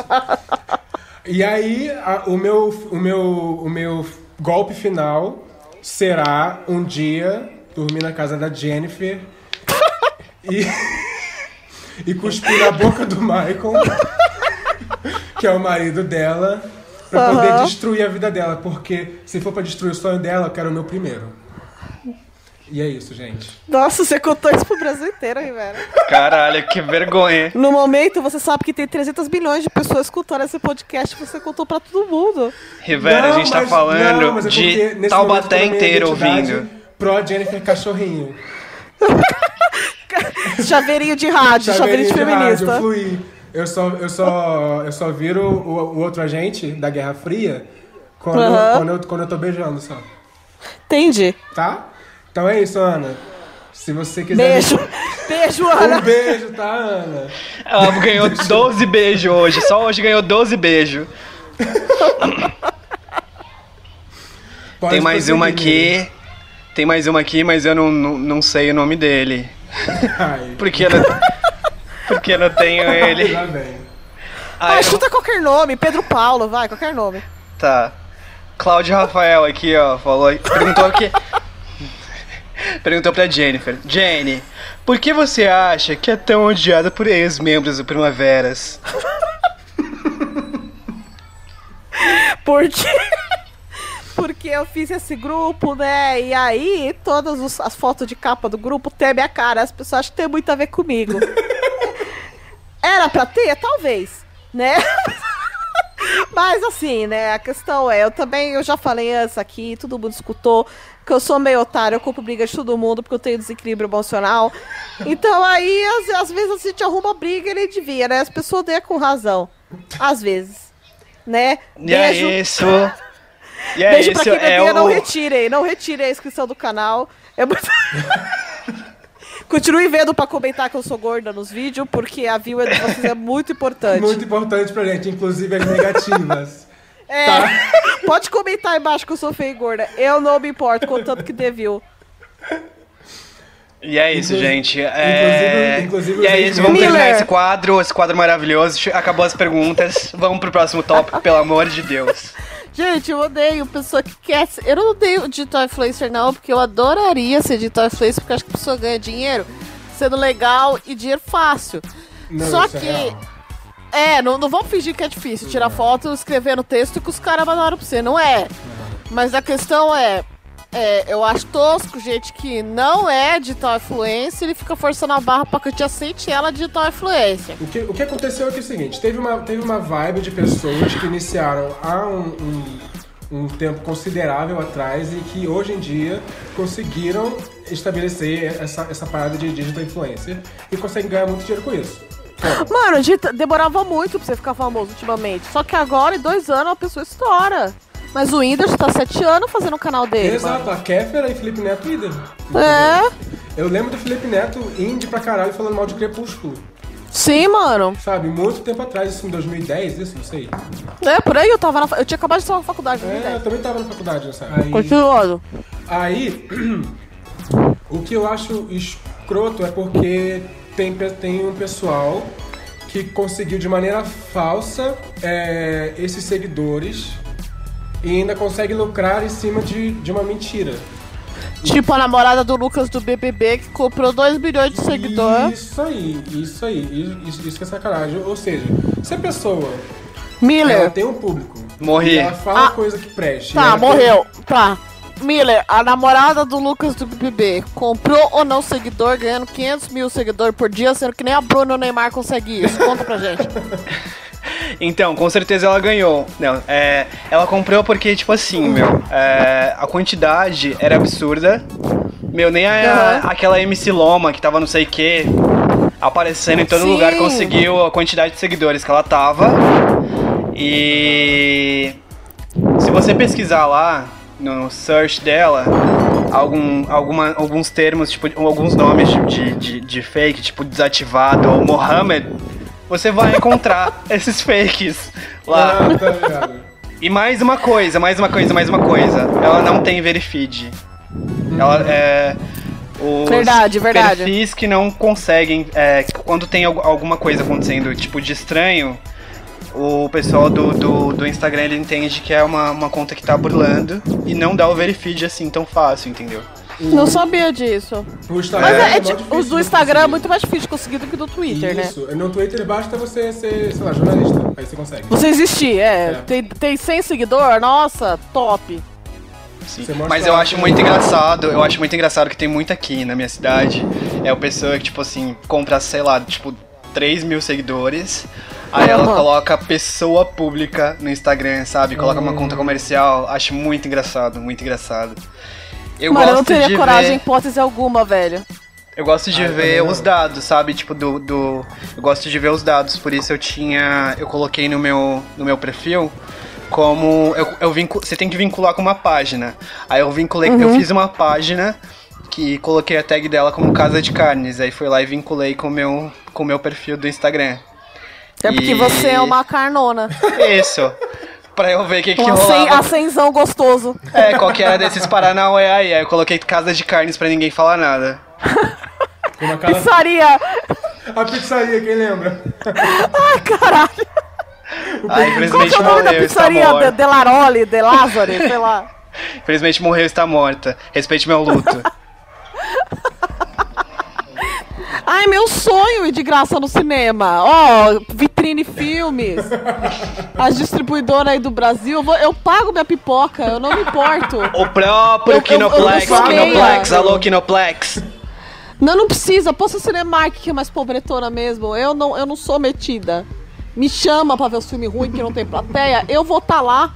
Speaker 3: E aí, a- o, meu, o, meu, o meu golpe final será um dia dormir na casa da Jennifer e, e cuspir na boca do Michael, que é o marido dela, pra poder
Speaker 1: Aham.
Speaker 3: destruir a vida dela, porque se for pra destruir o sonho dela, eu quero o meu primeiro. E é isso, gente.
Speaker 1: Nossa, você contou isso pro Brasil inteiro, Rivera.
Speaker 2: Caralho, que vergonha.
Speaker 1: No momento, você sabe que tem 300 milhões de pessoas escutando esse podcast, você contou pra todo mundo.
Speaker 2: Rivera, a
Speaker 3: Não,
Speaker 2: gente tá
Speaker 3: mas-
Speaker 2: falando
Speaker 3: não, mas é porque nesse
Speaker 2: de
Speaker 3: momento
Speaker 2: Taubaté
Speaker 3: toda a minha
Speaker 2: inteiro
Speaker 3: identidade
Speaker 2: ouvindo.
Speaker 3: Pro Jennifer Cachorrinho.
Speaker 1: Chaveirinho de rádio, chaveirinho de feminista.
Speaker 3: eu fluí. Eu só, eu só, eu só viro o, o outro agente da Guerra Fria quando,
Speaker 1: Aham.
Speaker 3: quando, eu, quando eu tô beijando só.
Speaker 1: Entendi.
Speaker 3: Tá? Então é isso, Ana. Se você quiser.
Speaker 1: Beijo. Beijo, Ana.
Speaker 3: Um beijo, tá, Ana?
Speaker 2: Ela ganhou 12 beijos hoje. Só hoje ganhou 12 beijos.
Speaker 3: Pode
Speaker 2: Tem mais uma
Speaker 3: prosseguir,
Speaker 2: aqui. Tem mais uma aqui, mas eu não, não, não sei o nome dele.
Speaker 3: menina. Ai,
Speaker 2: Porque eu não, porque eu não tenho ele.
Speaker 3: Lá vem.
Speaker 2: Ah,
Speaker 1: Ah,
Speaker 2: eu-
Speaker 1: chuta qualquer nome. Pedro Paulo, vai, qualquer nome.
Speaker 2: Tá. Cláudio Rafael aqui, ó, falou, perguntou aqui. Perguntou pra Jennifer. Jenny, por que você acha que é tão odiada por ex-membros do Primaveras?
Speaker 1: Porque. Porque eu fiz esse grupo, né? E aí, todas os- as fotos de capa do grupo tem a minha cara. As pessoas acham que tem muito a ver comigo. Era pra ter? Talvez, né? Mas assim, né? A questão é, eu também, eu já falei antes aqui, todo mundo escutou, que eu sou meio otário, eu compro briga de todo mundo porque eu tenho desequilíbrio emocional. Então aí, às, às vezes, a gente arruma briga e ele devia, né? As pessoas dêem com razão. Às vezes. Né?
Speaker 2: E é
Speaker 1: Beijo.
Speaker 2: isso. E é
Speaker 1: Beijo pra
Speaker 2: isso,
Speaker 1: quem
Speaker 2: é
Speaker 1: bebia,
Speaker 2: o.
Speaker 1: não retirem, não retirem a inscrição do canal. É muito... Continue vendo pra comentar que eu sou gorda nos vídeos, porque a view de vocês é muito importante.
Speaker 3: Muito importante pra gente, inclusive as negativas.
Speaker 1: É,
Speaker 3: tá.
Speaker 1: pode comentar aí embaixo que eu sou feia e gorda. Eu não me importo, contanto que dê view.
Speaker 2: E é isso,
Speaker 3: Inclusive-
Speaker 2: gente. É...
Speaker 3: inclusive- inclusive
Speaker 2: e é
Speaker 3: os
Speaker 2: isso, vamos
Speaker 1: ex-membros-
Speaker 2: terminar
Speaker 1: Miller.
Speaker 2: esse quadro, esse quadro maravilhoso. Che- Acabou as perguntas. vamos pro próximo tópico, pelo amor de Deus.
Speaker 4: Gente, eu odeio pessoa que quer. ser- Eu não odeio digital influencer, não, porque eu adoraria ser digital influencer, porque eu acho que a pessoa ganha dinheiro sendo legal e dinheiro fácil.
Speaker 3: Não,
Speaker 4: Só
Speaker 3: isso é
Speaker 4: que.
Speaker 3: real.
Speaker 4: É, não, não vamos fingir que é difícil tirar foto, escrever no texto que os caras mandaram pra você. Não é. Mas a questão é. é, eu acho tosco gente que não é digital influencer e fica forçando a barra pra que eu te aceite ela digital influencer.
Speaker 3: O que, o que aconteceu é que é o seguinte, teve uma, teve uma vibe de pessoas que iniciaram há um, um, um tempo considerável atrás e que hoje em dia conseguiram estabelecer essa, essa parada de digital influencer e conseguem ganhar muito dinheiro com isso. Ponto.
Speaker 1: Mano, digita- demorava muito pra você ficar famoso ultimamente. Só que agora, em dois anos, a pessoa estoura. Mas o Whindersson tá sete anos fazendo o canal dele. mano.
Speaker 3: Exato, a Kéfera e Felipe Neto idem.
Speaker 1: É,
Speaker 3: Eu lembro do Felipe Neto indie pra caralho falando mal de Crepúsculo.
Speaker 1: sim, mano.
Speaker 3: Sabe, muito tempo atrás, isso em 2010, isso, não sei.
Speaker 1: É, por aí eu tava na fa- Eu tinha acabado de sair da faculdade,
Speaker 3: É, eu
Speaker 1: né?
Speaker 3: também tava na faculdade nessa época.
Speaker 1: Continuando.
Speaker 3: Aí, o que eu acho escroto é porque tem, pe- tem um pessoal que conseguiu de maneira falsa é, esses seguidores e ainda consegue lucrar em cima de, de uma mentira.
Speaker 4: Tipo a namorada do Lucas do BBB que comprou 2 milhões de seguidor.
Speaker 3: Isso aí, isso aí, isso- isso, isso que é sacanagem. Ou seja, se a pessoa ela
Speaker 4: Miller.
Speaker 3: tem um público,
Speaker 2: Morri.
Speaker 3: e ela fala
Speaker 4: Ah.
Speaker 3: coisa que preste. né? e
Speaker 4: Tá,
Speaker 3: ela tem-
Speaker 4: morreu. Tá. Miller, a namorada do Lucas do BBB, comprou ou não seguidor, ganhando 500 mil seguidor por dia, sendo que nem a Bruna e o Neymar conseguem isso. Conta pra gente.
Speaker 2: Então, com certeza ela ganhou. Não, é, ela comprou porque, tipo assim, meu, é, a quantidade era absurda. Meu, nem a, aquela MC Loma que tava não sei o que aparecendo em todo
Speaker 4: Sim.
Speaker 2: lugar conseguiu a quantidade de seguidores que ela tava. E se você pesquisar lá no search dela, algum, alguma, alguns termos, tipo, ou alguns nomes de, de, de fake, tipo desativado ou Mohammed, você vai encontrar esses fakes lá.
Speaker 3: Ah, tá ligado.
Speaker 2: E mais uma coisa, mais uma coisa, mais uma coisa. Ela não tem verifeed. Ela é. Os
Speaker 1: Verdade, verdade.
Speaker 2: perfis que não conseguem. é, quando tem al- alguma coisa acontecendo, tipo, de estranho, o pessoal do, do, do Instagram ele entende que é uma, uma conta que tá burlando e não dá o verifeed assim tão fácil, entendeu?
Speaker 4: não sabia disso.
Speaker 3: O Instagram
Speaker 1: Mas é, é,
Speaker 3: mó
Speaker 1: tipo,
Speaker 3: difícil
Speaker 1: os do
Speaker 3: de
Speaker 1: Instagram é
Speaker 3: conseguir.
Speaker 1: muito mais difícil de conseguir do que do Twitter, né?
Speaker 3: Isso. No Twitter basta você ser, sei lá, jornalista. Aí você consegue.
Speaker 1: Você existir, é.
Speaker 3: É.
Speaker 1: Tem, tem 100 seguidor? Nossa, top.
Speaker 2: Sim.
Speaker 3: Você mostra
Speaker 2: Mas eu
Speaker 3: lá.
Speaker 2: acho muito engraçado, eu acho muito engraçado que tem muito aqui na minha cidade. É o pessoa que, tipo assim, compra, sei lá, tipo, 3 mil seguidores. Aí ela
Speaker 1: Aham.
Speaker 2: coloca pessoa pública no Instagram, sabe? Coloca uma
Speaker 3: Hum.
Speaker 2: conta comercial. Acho muito engraçado, muito engraçado. Eu
Speaker 1: mano, eu não
Speaker 2: gosto
Speaker 1: teria
Speaker 2: de
Speaker 1: coragem em
Speaker 2: Ver,
Speaker 1: hipótese alguma, velho.
Speaker 2: eu gosto de
Speaker 3: Ah, eu
Speaker 2: ver
Speaker 3: também não.
Speaker 2: os dados, sabe? Tipo, do, do. Eu gosto de ver os dados, por isso eu tinha. Eu coloquei no meu, no meu perfil como eu, eu vincu- você tem que vincular com uma página. Aí eu vinculei,
Speaker 1: Uhum.
Speaker 2: eu fiz uma página que coloquei a tag dela como Casa de Carnes, aí fui lá e vinculei com o meu com o meu perfil do Instagram.
Speaker 4: É porque
Speaker 2: E-
Speaker 4: você é uma carnona.
Speaker 2: Isso. Pra eu ver o que É que
Speaker 1: Um acen,
Speaker 2: rolava.
Speaker 1: acenzão gostoso.
Speaker 2: É, qualquer era desses Paranauê aí, aí eu coloquei Casa de Carnes pra ninguém falar nada.
Speaker 3: Como aquela...
Speaker 1: Pizzaria.
Speaker 3: A pizzaria, quem lembra?
Speaker 2: Aí
Speaker 1: Qual que
Speaker 2: infelizmente
Speaker 1: é o nome da
Speaker 2: morreu, está
Speaker 1: pizzaria? De,
Speaker 2: morta.
Speaker 1: Delaroli, De Lázari, sei lá.
Speaker 2: Infelizmente morreu, está morta. Respeite meu luto.
Speaker 1: Ai, meu sonho ir de graça no cinema. Ó, vitrine filmes. As distribuidoras aí do Brasil. Eu, vou- eu pago minha pipoca, eu não me importo.
Speaker 2: O próprio
Speaker 1: Eu- eu- eu não
Speaker 2: Kinoplex,
Speaker 1: sabia.
Speaker 2: Kinoplex, alô Kinoplex.
Speaker 1: Não, não precisa. Posso o Cinemark, que é mais pobretona mesmo. Eu não, eu não sou metida. Me chama pra ver os filmes ruins que não tem plateia. Eu vou tá lá.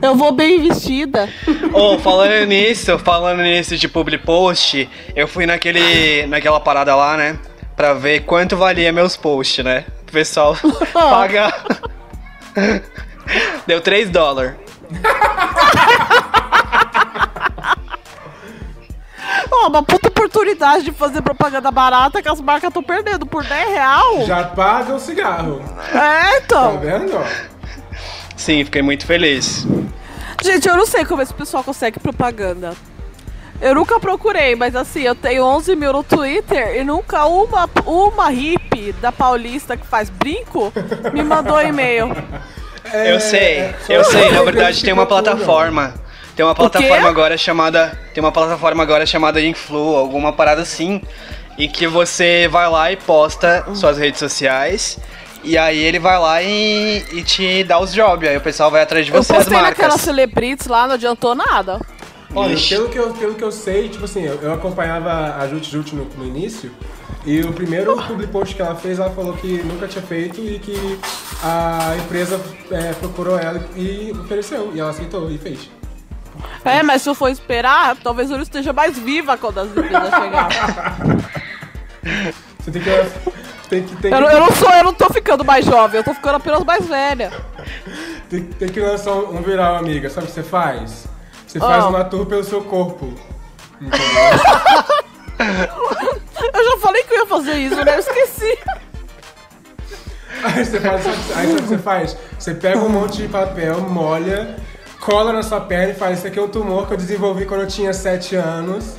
Speaker 1: Eu vou bem vestida.
Speaker 2: Ô, falando nisso, falando nisso de public post, eu fui naquele, naquela parada lá, né? Pra ver quanto valia meus posts, né? O pessoal paga. Deu 3 dólares.
Speaker 1: Ó, uma puta oportunidade de fazer propaganda barata que as marcas estão perdendo por 10 real.
Speaker 3: Já paga o cigarro.
Speaker 1: É,
Speaker 3: Tá
Speaker 1: então.
Speaker 3: vendo? ó?
Speaker 2: Sim, fiquei muito feliz.
Speaker 1: Gente, eu não sei como esse pessoal consegue propaganda. Eu nunca procurei, mas assim, eu tenho 11 mil no Twitter e nunca uma, uma hippie da Paulista que faz brinco me mandou e-mail.
Speaker 3: É,
Speaker 2: eu sei,
Speaker 3: é, só-
Speaker 2: eu sei. Na verdade, tem uma plataforma. Tem uma plataforma
Speaker 1: quê?
Speaker 2: agora chamada. Tem uma plataforma agora chamada Influ, alguma parada assim. Em que você vai lá e posta suas redes sociais. E aí ele vai lá e, e te dá os jobs. Aí o pessoal vai atrás de
Speaker 1: Eu
Speaker 2: você é as
Speaker 1: postei naquela
Speaker 2: marcas.
Speaker 1: Celebrites lá, não adiantou nada.
Speaker 3: Olha,
Speaker 2: Ixi.
Speaker 3: pelo que, eu, pelo que eu sei, tipo assim, eu, eu acompanhava a Jut Jut no, no início, e o primeiro public post que ela fez, ela falou que nunca tinha feito e que a empresa é, procurou ela e ofereceu, e ela aceitou e fez.
Speaker 1: É, mas se eu for esperar, talvez eu não esteja mais viva quando as empresas chegarem.
Speaker 3: Você tem que. Tem que, tem
Speaker 1: Eu, não-
Speaker 3: que,
Speaker 1: eu não sou, eu não tô ficando mais jovem, eu tô ficando apenas mais velha.
Speaker 3: tem, tem que lançar um, um viral, amiga. Sabe o que você faz? Você faz
Speaker 1: Ah.
Speaker 3: uma tour pelo seu corpo.
Speaker 1: Eu já falei que eu ia fazer isso, né? Eu esqueci.
Speaker 3: Aí você faz, aí sabe o que você faz? Você pega um monte de papel, molha, cola na sua perna e faz, isso aqui é um tumor que eu desenvolvi quando eu tinha 7 anos,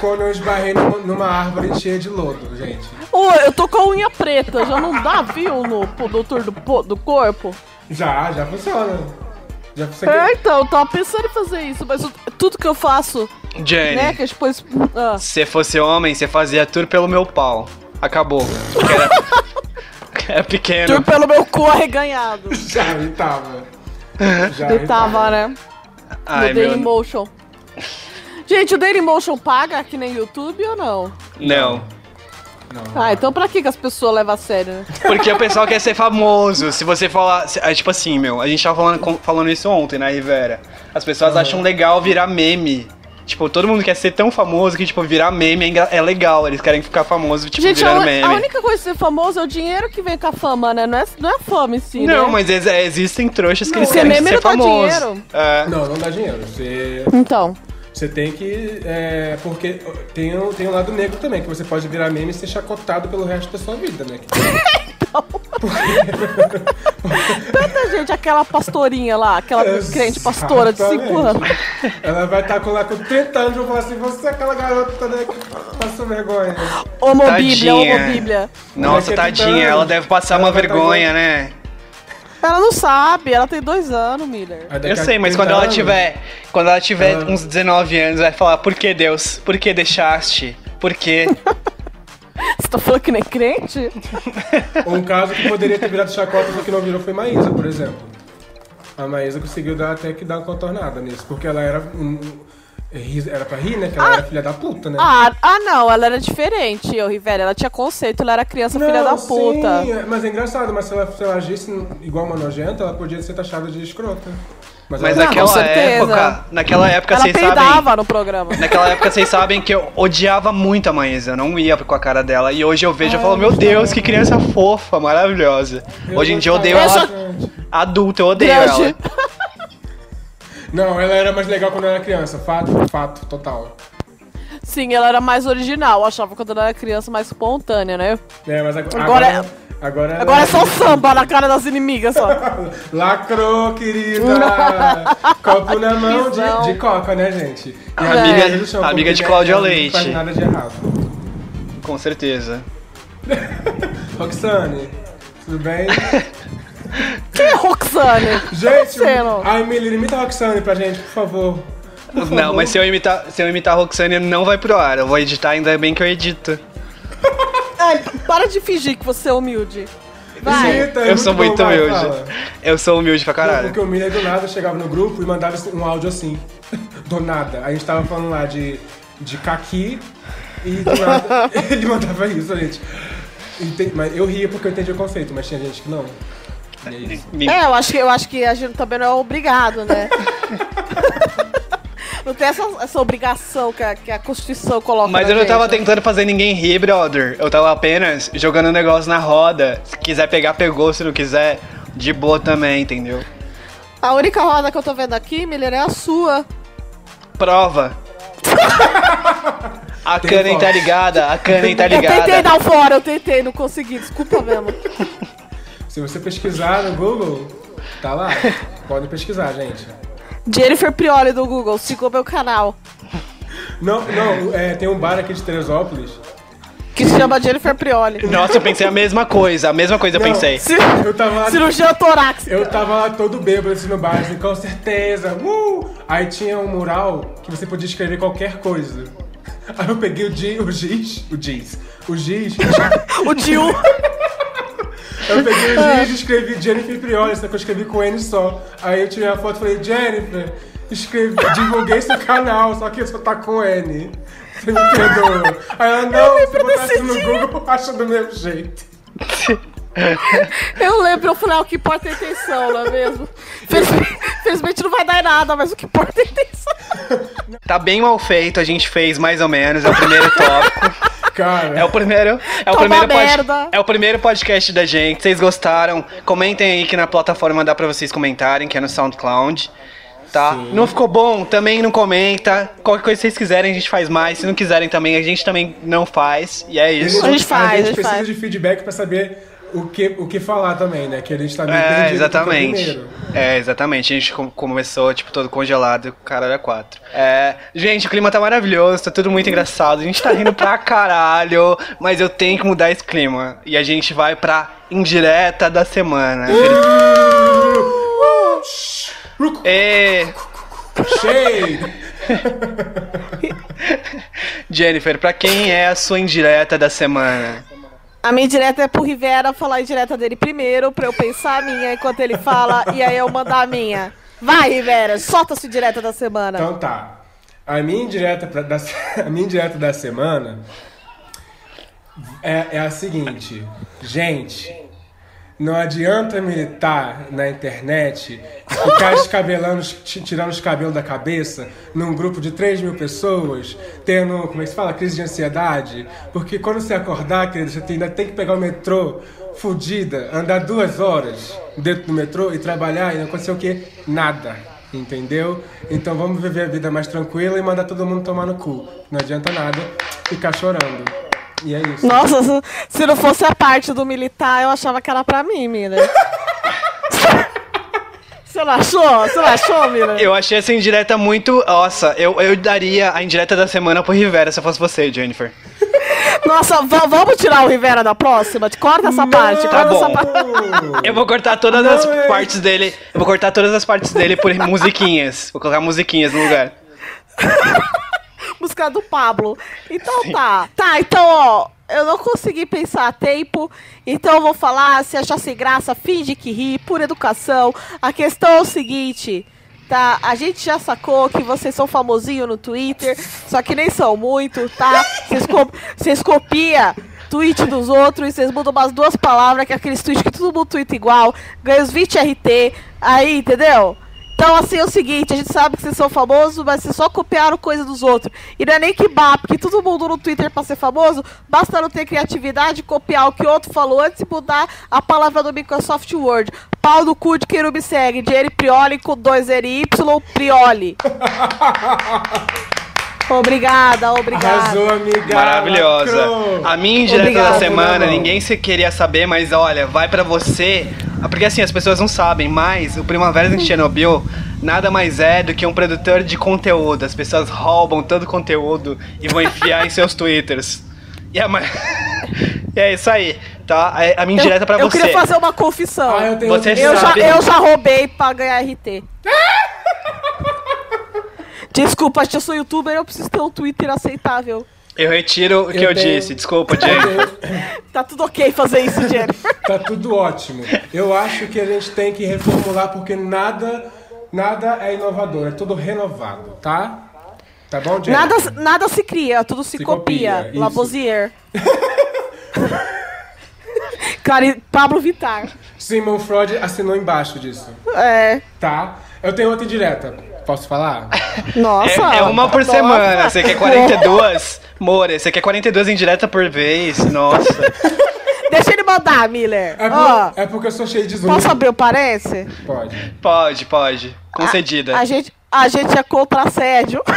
Speaker 3: quando eu esbarrei numa, numa árvore cheia de lodo, gente.
Speaker 1: Ô, eu tô com a unha preta, já não dá viu no, no tour do, po- do corpo?
Speaker 3: Já, já funciona. Já funciona.
Speaker 1: É, então, eu tava pensando em fazer isso, mas eu- tudo que eu faço, né,
Speaker 2: Jenny,
Speaker 1: que depois... Ah,
Speaker 2: se fosse homem, você fazia tour pelo meu pau. Acabou. Que era, que era
Speaker 1: tour
Speaker 2: pequeno.
Speaker 1: pelo meu cu arreganhado.
Speaker 3: Já me tava. Já
Speaker 1: Eu tava, né?
Speaker 2: Ai,
Speaker 1: no
Speaker 2: meu.
Speaker 1: Dailymotion. Gente, o Dailymotion paga que nem YouTube ou não?
Speaker 2: Não.
Speaker 1: Ah, então pra que que as pessoas levam a sério, né?
Speaker 2: Porque o pessoal quer ser famoso. Se você falar. se- é, tipo assim, meu, a gente tava falando, com- falando isso ontem, né, Rivera? As pessoas acham legal virar meme. Tipo, todo mundo quer ser tão famoso que, tipo, virar meme é engra- é legal. Eles querem ficar famoso, tipo,
Speaker 1: Gente, a,
Speaker 2: virando
Speaker 1: un-
Speaker 2: meme.
Speaker 1: a única coisa de ser famoso é o dinheiro que vem com a fama, né? Não é, não é fama em si,
Speaker 2: Não,
Speaker 1: né?
Speaker 2: mas ex- é, existem trouxas que
Speaker 1: Não,
Speaker 2: eles
Speaker 1: ser
Speaker 2: querem
Speaker 1: meme
Speaker 2: ser
Speaker 1: não dá
Speaker 2: famosos.
Speaker 1: dinheiro.
Speaker 2: É.
Speaker 3: Não, não dá dinheiro. Você,
Speaker 1: Então,
Speaker 3: você tem que. é, porque tem um, tem um lado negro também, que você pode virar meme e ser chacotado pelo resto da sua vida, né?
Speaker 1: tanta gente, aquela pastorinha lá, aquela é crente pastora de 5 anos.
Speaker 3: É, Exatamente. Ela vai estar com lá com 30 anos e eu vou falar assim, você é aquela garota né, que passou vergonha.
Speaker 1: Homobíblia,
Speaker 2: Tadinha.
Speaker 1: homobíblia.
Speaker 2: Nossa,
Speaker 3: Vai ser
Speaker 2: tadinha,
Speaker 3: tão-
Speaker 2: ela deve passar
Speaker 3: ela
Speaker 2: uma
Speaker 3: vai tá
Speaker 2: vergonha, né?
Speaker 1: Ela não sabe, ela tem dois anos, Miller.
Speaker 3: Aí daqui
Speaker 2: Eu
Speaker 3: a
Speaker 2: sei, mas
Speaker 3: 30
Speaker 2: quando ela
Speaker 3: anos,
Speaker 2: tiver. Quando ela tiver
Speaker 3: Ah.
Speaker 2: uns 19 anos, vai falar, por que Deus? Por que deixaste? Por quê?
Speaker 1: Você tá falando que nem crente?
Speaker 3: Um caso que poderia ter virado chacota, só que não virou, foi Maísa, por exemplo. A Maísa conseguiu dar até que dar uma contornada nisso, porque ela era. um- um- ri- Era pra rir, né? Que ela era filha da puta, né?
Speaker 1: Ah, ah, não, ela era diferente, ô Rivera. Ela tinha conceito, ela era criança filha da puta.
Speaker 3: Sim, é- mas é engraçado, mas se ela, se ela agisse igual uma nojenta, ela podia ser taxada de escrota.
Speaker 2: Mas
Speaker 3: ela-
Speaker 1: com
Speaker 2: naquela
Speaker 1: certeza.
Speaker 2: época. Naquela época,
Speaker 1: Ela
Speaker 2: vocês
Speaker 1: peidava
Speaker 2: sabem. é
Speaker 1: no programa.
Speaker 2: Naquela época vocês sabem que eu odiava muito a Maísa, eu não ia com a cara dela. E hoje eu vejo e falo, meu Deus, que criança fofa, maravilhosa.
Speaker 3: é
Speaker 2: hoje em dia eu odeio
Speaker 1: Eu
Speaker 2: ela
Speaker 1: só-
Speaker 2: adulta, eu odeio
Speaker 1: Grande.
Speaker 2: ela.
Speaker 3: Não, ela era mais legal quando era criança. Fato, fato, total.
Speaker 1: Sim, ela era mais original. Eu achava quando ela era criança mais espontânea, né?
Speaker 3: É, mas agora.
Speaker 1: Agora é-
Speaker 3: Agora, agora, ela-
Speaker 1: Agora é só samba na cara das inimigas, só.
Speaker 3: Lacrou, querida! Copo na mão
Speaker 1: Visão.
Speaker 3: de, de coca, né, gente? E
Speaker 1: É.
Speaker 3: a do chão,
Speaker 2: Amiga
Speaker 3: porque
Speaker 2: de Cláudia
Speaker 3: ela não
Speaker 2: Leite.
Speaker 3: faz nada de errado.
Speaker 2: Com certeza.
Speaker 3: Roxane, tudo bem?
Speaker 1: Quem é Roxane?
Speaker 3: gente,
Speaker 1: Marcelo.
Speaker 3: a Emily, limita a Roxane pra gente, por favor. Por
Speaker 2: Não,
Speaker 3: favor.
Speaker 2: mas se eu imitar, se eu imitar a Roxane, não vai pro ar. Eu vou editar, ainda bem que eu edito.
Speaker 1: Ai, p- para de fingir que você é humilde. Vai.
Speaker 3: Imita, é
Speaker 2: eu sou
Speaker 3: bom,
Speaker 2: muito
Speaker 3: vai,
Speaker 2: humilde.
Speaker 3: fala.
Speaker 2: Eu sou humilde pra
Speaker 3: Não,
Speaker 2: caralho.
Speaker 3: Porque o Miller do nada chegava no grupo e mandava um áudio assim. Do nada. A gente tava falando lá de, de caqui e do nada ele mandava isso, gente. Ente- mas eu ria porque eu entendi o conceito, mas tinha gente que não. E é isso.
Speaker 2: Me-
Speaker 1: É, eu acho, que, eu acho que a gente também não é obrigado, né? não tem essa, essa obrigação que a, que a Constituição coloca.
Speaker 2: Mas
Speaker 1: na
Speaker 2: eu não
Speaker 1: gente,
Speaker 2: tava
Speaker 1: né?
Speaker 2: tentando fazer ninguém rir, brother. Eu tava apenas jogando um negócio na roda. Se quiser pegar, pegou. Se não quiser, de boa também, entendeu?
Speaker 1: A única roda que eu tô vendo aqui, Miller, é a sua.
Speaker 2: Prova. A
Speaker 3: Tem
Speaker 2: Kanen tá
Speaker 3: foto.
Speaker 2: ligada, a Kanen tá
Speaker 1: eu tentei
Speaker 2: ligada.
Speaker 1: dar o fora, eu tentei, não consegui, desculpa mesmo.
Speaker 3: Se você pesquisar no Google, tá lá. Pode pesquisar, gente.
Speaker 1: Jennifer Prioli do Google, sigam meu canal.
Speaker 3: Não, não, é, tem um bar aqui de Teresópolis.
Speaker 1: Que se chama Jennifer Prioli.
Speaker 2: Nossa, eu pensei a mesma coisa, a mesma coisa eu
Speaker 3: Não.
Speaker 2: pensei.
Speaker 1: Ci-
Speaker 3: Eu tava lá.
Speaker 1: Cirurgia torácica.
Speaker 3: Eu tava lá todo bêbado assim no bar, assim, com certeza. Uh! Aí tinha um mural que você podia escrever qualquer coisa. Aí eu peguei o giz, o giz, o giz, o giz,
Speaker 1: O Dil.
Speaker 3: Eu peguei os vídeos e escrevi Jennifer Prioli, só que eu escrevi com N só. Aí eu tirei a foto e falei, Jennifer, escrevi, divulguei seu canal, só que só tá com N. Você me perdoa. Aí ela, não, se botar isso no Google, acha do mesmo jeito.
Speaker 4: Eu lembro, eu falei, ah, o que importa é a intenção, não é mesmo? Felizmente, felizmente não vai dar em nada, mas o que importa é a intenção.
Speaker 2: Tá bem mal feito, a gente fez mais ou menos, é o primeiro tópico.
Speaker 3: Cara,
Speaker 2: É o primeiro, é o
Speaker 4: Toma
Speaker 2: primeiro,
Speaker 4: merda.
Speaker 2: é o primeiro podcast da gente. Vocês gostaram? Comentem aí que na plataforma dá pra vocês comentarem, que é no SoundCloud. Tá? Não ficou bom? Também não comenta. Qualquer coisa que vocês quiserem, a gente faz mais. Se não quiserem também, a gente também não faz. E é isso.
Speaker 1: A gente faz,
Speaker 3: a
Speaker 1: a
Speaker 3: gente
Speaker 1: gente
Speaker 3: precisa
Speaker 1: faz.
Speaker 3: de feedback pra saber o que, o que falar também, né? Que a gente tá meio perdido
Speaker 2: É,
Speaker 3: aqui
Speaker 2: exatamente.
Speaker 3: primeiro.
Speaker 2: É, exatamente. A gente com- começou, tipo, todo congelado, cara era quatro. É, gente, o clima tá maravilhoso, tá tudo muito engraçado. A gente tá rindo pra caralho, mas eu tenho que mudar esse clima. E a gente vai pra indireta da semana.
Speaker 3: Ruco,
Speaker 2: Ê,
Speaker 3: Shade!
Speaker 2: Jennifer, pra quem é a sua indireta da semana?
Speaker 1: A minha direta é pro Rivera falar a direta dele primeiro, pra eu pensar a minha enquanto ele fala, e aí eu mandar a minha. Vai, Rivera, solta a sua direta da semana.
Speaker 3: Então tá. A minha indireta, pra- da, a minha indireta da semana é, é a seguinte. Gente, não adianta militar na internet e ficar escabelando, ti- tirando os cabelos da cabeça num grupo de 3 mil pessoas, tendo, como é que se fala, crise de ansiedade. Porque quando você acordar, querido, você tem- ainda tem que pegar o metrô fudida, andar duas horas dentro do metrô e trabalhar e não acontecer o quê? Nada. Entendeu? Então vamos viver a vida mais tranquila e mandar todo mundo tomar no cu. Não adianta nada ficar chorando. E é isso.
Speaker 1: Nossa, se- se não fosse a parte do militar, eu achava que era pra mim, Mira. Você não achou? Você não achou, Mira?
Speaker 2: Eu achei essa indireta muito. Nossa, eu, eu daria a indireta da semana pro Rivera se eu fosse você, Jennifer.
Speaker 1: Nossa, va- vamos tirar o Rivera da próxima? Corta essa parte,
Speaker 2: Tá
Speaker 1: corta
Speaker 2: bom.
Speaker 1: essa parte.
Speaker 2: Eu vou cortar todas as
Speaker 3: é.
Speaker 2: partes dele. Eu vou cortar todas as partes dele por musiquinhas. Vou colocar musiquinhas no lugar.
Speaker 1: Música do Pablo. Então tá. Tá, então, ó. Eu não consegui pensar a tempo, então eu vou falar. Se achar sem graça, finge que ri, por educação. A questão é o seguinte. Tá, a gente já sacou que vocês são famosinhos no Twitter, só que nem são muito, tá? Vocês co- Vocês copiam tweet dos outros e vocês mudam umas duas palavras, que é aqueles tweets que todo mundo twitta igual, ganha os 20 RT, aí, entendeu? Então, assim, é o seguinte, a gente sabe que vocês são famosos, mas vocês só copiaram coisa dos outros. E não é nem que bah, porque todo mundo no Twitter pra ser famoso, basta não ter criatividade, copiar o que outro falou antes e mudar a palavra do Microsoft Word. Pau no cu de quem não me segue, Jerry Prioli com dois N Y, Prioli. obrigada, obrigada.
Speaker 3: Arrasou, amiga.
Speaker 2: Maravilhosa.
Speaker 3: Lacrou.
Speaker 2: A minha indireta
Speaker 1: Obrigada,
Speaker 2: da semana,
Speaker 3: Bruno.
Speaker 2: ninguém se queria saber, mas olha, vai pra você. Ah, Porque assim, as pessoas não sabem, mas o Primavera em Chernobyl nada mais é do que um produtor de conteúdo. As pessoas roubam todo o conteúdo e vão enfiar em seus twitters. E é, ma- E é isso aí, tá? É A minha indireta pra
Speaker 1: eu, eu
Speaker 2: você.
Speaker 1: queria fazer uma confissão.
Speaker 3: Ah, eu tenho
Speaker 2: Você
Speaker 3: outra
Speaker 1: Eu já,
Speaker 2: sabe.
Speaker 3: indireta.
Speaker 1: eu já roubei pra ganhar RT. Desculpa, eu sou youtuber, eu preciso ter um Twitter aceitável.
Speaker 2: Eu retiro o que eu,
Speaker 3: Eu tenho-
Speaker 2: disse. Desculpa, Jay.
Speaker 1: Tá tudo ok fazer isso, Jennifer.
Speaker 3: Tá tudo ótimo. Eu acho que a gente tem que reformular porque nada, nada é inovador, é tudo renovado, tá? Tá bom, Jennifer?
Speaker 1: nada, nada se cria, tudo se,
Speaker 3: Se
Speaker 1: copia.
Speaker 3: copia,
Speaker 1: copia
Speaker 3: isso.
Speaker 1: Lavoisier. Clari- Pablo Vittar.
Speaker 3: Simon Freud assinou embaixo disso,
Speaker 1: É.
Speaker 3: tá? Eu tenho outra indireta. Posso falar?
Speaker 1: Nossa.
Speaker 2: É, é uma por
Speaker 1: Nossa.
Speaker 2: semana. Você quer 42? More, você quer 42 em direta por vez? Nossa.
Speaker 1: Deixa ele mandar, Miller.
Speaker 3: É, por-
Speaker 1: Ó,
Speaker 3: é porque eu sou cheio de zoom.
Speaker 1: Ah. posso abrir o parece?
Speaker 3: Pode.
Speaker 2: Pode, pode. Concedida.
Speaker 1: A gente, a gente é contra assédio.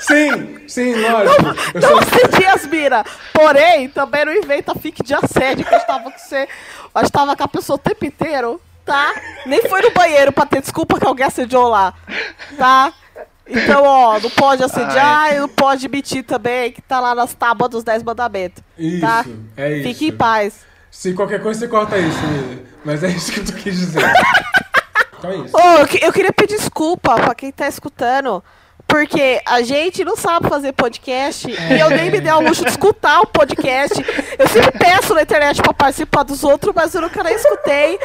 Speaker 3: Sim, sim, lógico. Eu
Speaker 1: Não
Speaker 3: sou...
Speaker 1: se diasmira. Porém, também não inventa fique de assédio, que eu estava com você. Eu estava com a pessoa o tempo inteiro, tá? Nem foi no banheiro pra ter desculpa que alguém assediou lá, tá? Então, ó, não pode assediar e não pode mentir também, que tá lá nas tábuas dos 10 mandamentos. tá?
Speaker 3: Isso, é isso.
Speaker 1: Fique em paz.
Speaker 3: Se qualquer coisa você corta isso, Mili. Mas é isso que tu quis dizer. Então é isso.
Speaker 1: Ô, eu, que- eu queria pedir desculpa pra quem tá escutando. Porque a gente não sabe fazer podcast e eu nem me dei ao luxo de escutar o podcast. Eu sempre peço na internet pra participar dos outros, mas eu nunca nem escutei.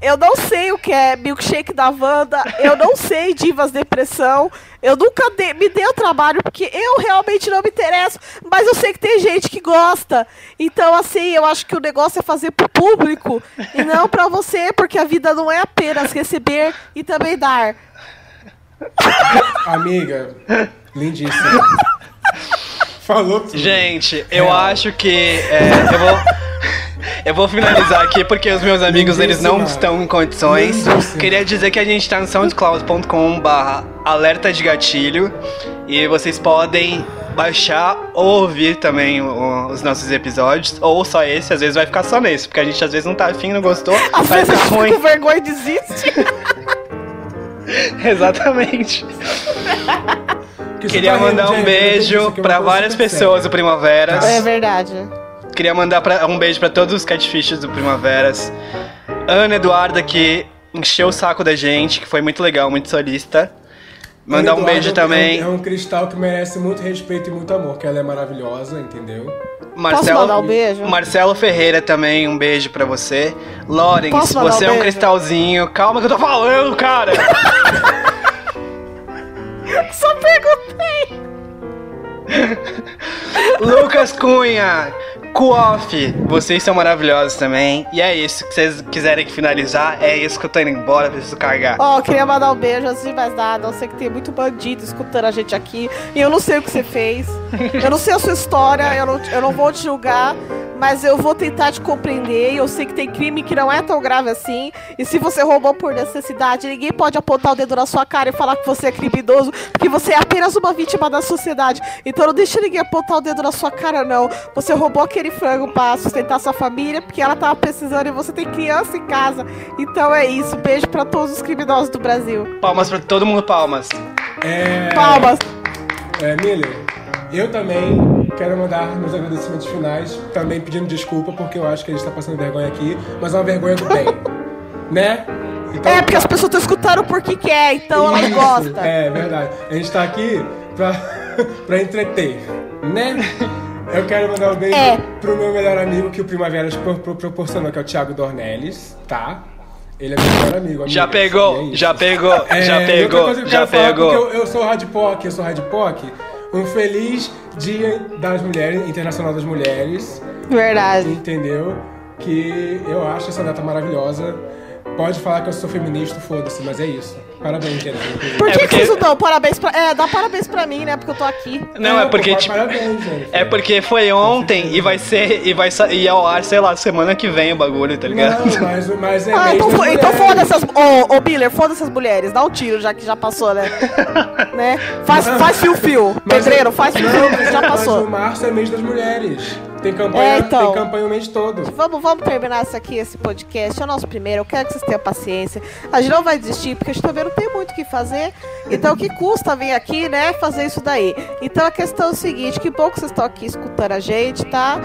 Speaker 1: Eu não sei o que é milkshake da Wanda, eu não sei divas depressão, eu nunca de- me dei o trabalho, porque eu realmente não me interesso, mas eu sei que tem gente que gosta. Então, assim, eu acho que o negócio é fazer pro público e não pra você, porque a vida não é apenas receber e também dar.
Speaker 3: Amiga, lindíssima. Falou tudo.
Speaker 2: Gente, eu acho que é, eu vou eu vou finalizar aqui porque os meus amigos eles não
Speaker 3: Lindíssima.
Speaker 2: estão em condições.
Speaker 3: Lindíssima.
Speaker 2: Queria dizer que a gente tá no soundcloud.com/barra alerta de gatilho e vocês podem baixar ou ouvir também o- os nossos episódios ou só esse. Às vezes vai ficar só nesse porque a gente às vezes não tá afim, não gostou,
Speaker 1: Às
Speaker 2: vai
Speaker 1: vezes a
Speaker 2: ficar
Speaker 1: gente fica com
Speaker 2: ruim.
Speaker 1: vergonha e desiste.
Speaker 2: Exatamente.
Speaker 3: Que você
Speaker 2: Queria
Speaker 3: tá rindo,
Speaker 2: mandar um
Speaker 3: gente, eu
Speaker 2: beijo
Speaker 3: tô pensando que é uma
Speaker 2: pra
Speaker 3: coisa
Speaker 2: várias
Speaker 3: super
Speaker 2: pessoas do
Speaker 3: séria.
Speaker 2: Primaveras.
Speaker 1: É verdade.
Speaker 2: Queria mandar pra- um beijo pra todos os catfishes do Primaveras. Ana Eduarda, que encheu o saco da gente, que foi muito legal, muito solista. Mandar um
Speaker 3: Eduardo
Speaker 2: beijo
Speaker 3: é
Speaker 2: também.
Speaker 3: É um cristal que merece muito respeito e muito amor, que ela é maravilhosa, entendeu?
Speaker 1: Posso mandar um beijo?
Speaker 2: Marcelo Ferreira também, um beijo pra você. Lawrence,
Speaker 1: Posso mandar
Speaker 2: você
Speaker 1: um
Speaker 2: é um
Speaker 1: beijo?
Speaker 2: cristalzinho. Calma que eu tô falando, cara!
Speaker 1: Só perguntei.
Speaker 2: Lucas Cunha, Kuoff, vocês são maravilhosos também. E é isso, se vocês quiserem finalizar, é isso que eu tô indo embora, preciso cargar.
Speaker 1: Ó, eu queria mandar um beijo antes de mais nada. Eu sei que tem muito bandido escutando a gente aqui. E eu não sei o que você fez. Eu não sei a sua história, eu não, eu não vou te julgar. Mas eu vou tentar te compreender. e Eu sei que tem crime que não é tão grave assim. E se você roubou por necessidade, ninguém pode apontar o dedo na sua cara e falar que você é criminoso, porque você é apenas uma vítima da sociedade. Então não deixe ninguém apontar o dedo na sua cara, não. Você roubou aquele frango pra sustentar sua família, porque ela tava precisando e você tem criança em casa. Então é isso. Beijo pra todos os criminosos do Brasil.
Speaker 2: Palmas pra todo mundo, palmas.
Speaker 3: É,
Speaker 1: Palmas.
Speaker 3: é, Miller, eu também quero mandar meus agradecimentos finais, também pedindo desculpa, porque eu acho que a gente tá passando vergonha aqui, mas é uma vergonha do bem. né? Então,
Speaker 1: É, porque as pessoas estão escutando porque quer, então elas
Speaker 3: Isso,
Speaker 1: gostam.
Speaker 3: É verdade. A gente tá aqui pra, pra entreter, né? Eu quero mandar um beijo
Speaker 1: É.
Speaker 3: pro meu melhor amigo que o Primavera pro, pro, proporcionou, que é o Thiago Dornelles, tá? Ele é meu melhor amigo.
Speaker 2: Já
Speaker 3: amigas, e é
Speaker 2: pegou,
Speaker 3: isso.
Speaker 2: já pegou,
Speaker 3: É,
Speaker 2: já
Speaker 3: e outra
Speaker 2: pegou,
Speaker 3: coisa que eu
Speaker 2: já
Speaker 3: quero falar,
Speaker 2: pegou.
Speaker 3: porque Eu, eu sou Rádio Poc, eu sou Rádio Poc. Um feliz Dia das Mulheres, Internacional das Mulheres.
Speaker 1: Verdade.
Speaker 3: Entendeu? Que eu acho essa data maravilhosa. Pode falar que eu sou feminista, foda-se, mas é isso. Parabéns, gente.
Speaker 1: Por que,
Speaker 2: É, porque-
Speaker 1: que vocês não dão parabéns pra. É, dá parabéns pra mim, né? Porque eu tô aqui.
Speaker 2: Não, é porque,
Speaker 3: pô,
Speaker 2: tipo,
Speaker 3: Parabéns, gente.
Speaker 2: é porque foi ontem e vai ser e vai sa- e é ao ar, sei lá, semana que vem o bagulho, tá ligado?
Speaker 3: Não, mas, mas é
Speaker 1: Ah,
Speaker 3: mês
Speaker 1: então,
Speaker 3: das
Speaker 1: fo- então
Speaker 3: mulheres.
Speaker 1: foda essas. Ô, ô Biller, foda essas mulheres. Dá um tiro, já que já passou, né? né? Faz, faz fio-fio.
Speaker 3: Mas- é-
Speaker 1: Pedreiro, faz fio-fio, que já
Speaker 3: Mas o
Speaker 1: passou.
Speaker 3: março é mês das mulheres. Tem campanha,
Speaker 1: É, então.
Speaker 3: tem campanha o mês todo.
Speaker 1: Vamos, vamos terminar isso aqui, esse podcast. É o nosso primeiro. Eu quero que vocês tenham paciência. A gente não vai desistir, porque a gente também não tem muito o que fazer. Então, o que custa vir aqui, né? Fazer isso daí. Então, a questão é o seguinte: que bom que vocês estão aqui escutando a gente, tá?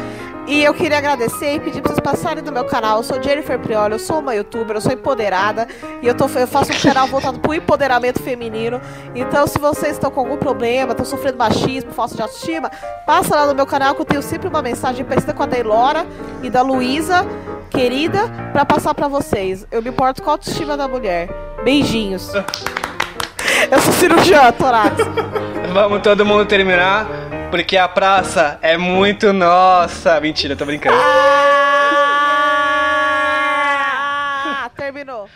Speaker 1: E eu queria agradecer e pedir pra vocês passarem do meu canal. Eu sou Jennifer Prioli, eu sou uma youtuber, eu sou empoderada. E eu, tô, eu faço um canal voltado pro empoderamento feminino. Então, se vocês estão com algum problema, estão sofrendo machismo, falta de autoestima, passa lá no meu canal que eu tenho sempre uma mensagem parecida com a da Elora e da Luísa, querida, pra passar pra vocês. Eu me importo com a autoestima da mulher. Beijinhos. Eu sou cirurgiã, Torax.
Speaker 2: Vamos todo mundo terminar, porque a praça é muito nossa. Mentira, tô brincando.
Speaker 1: Ah, terminou.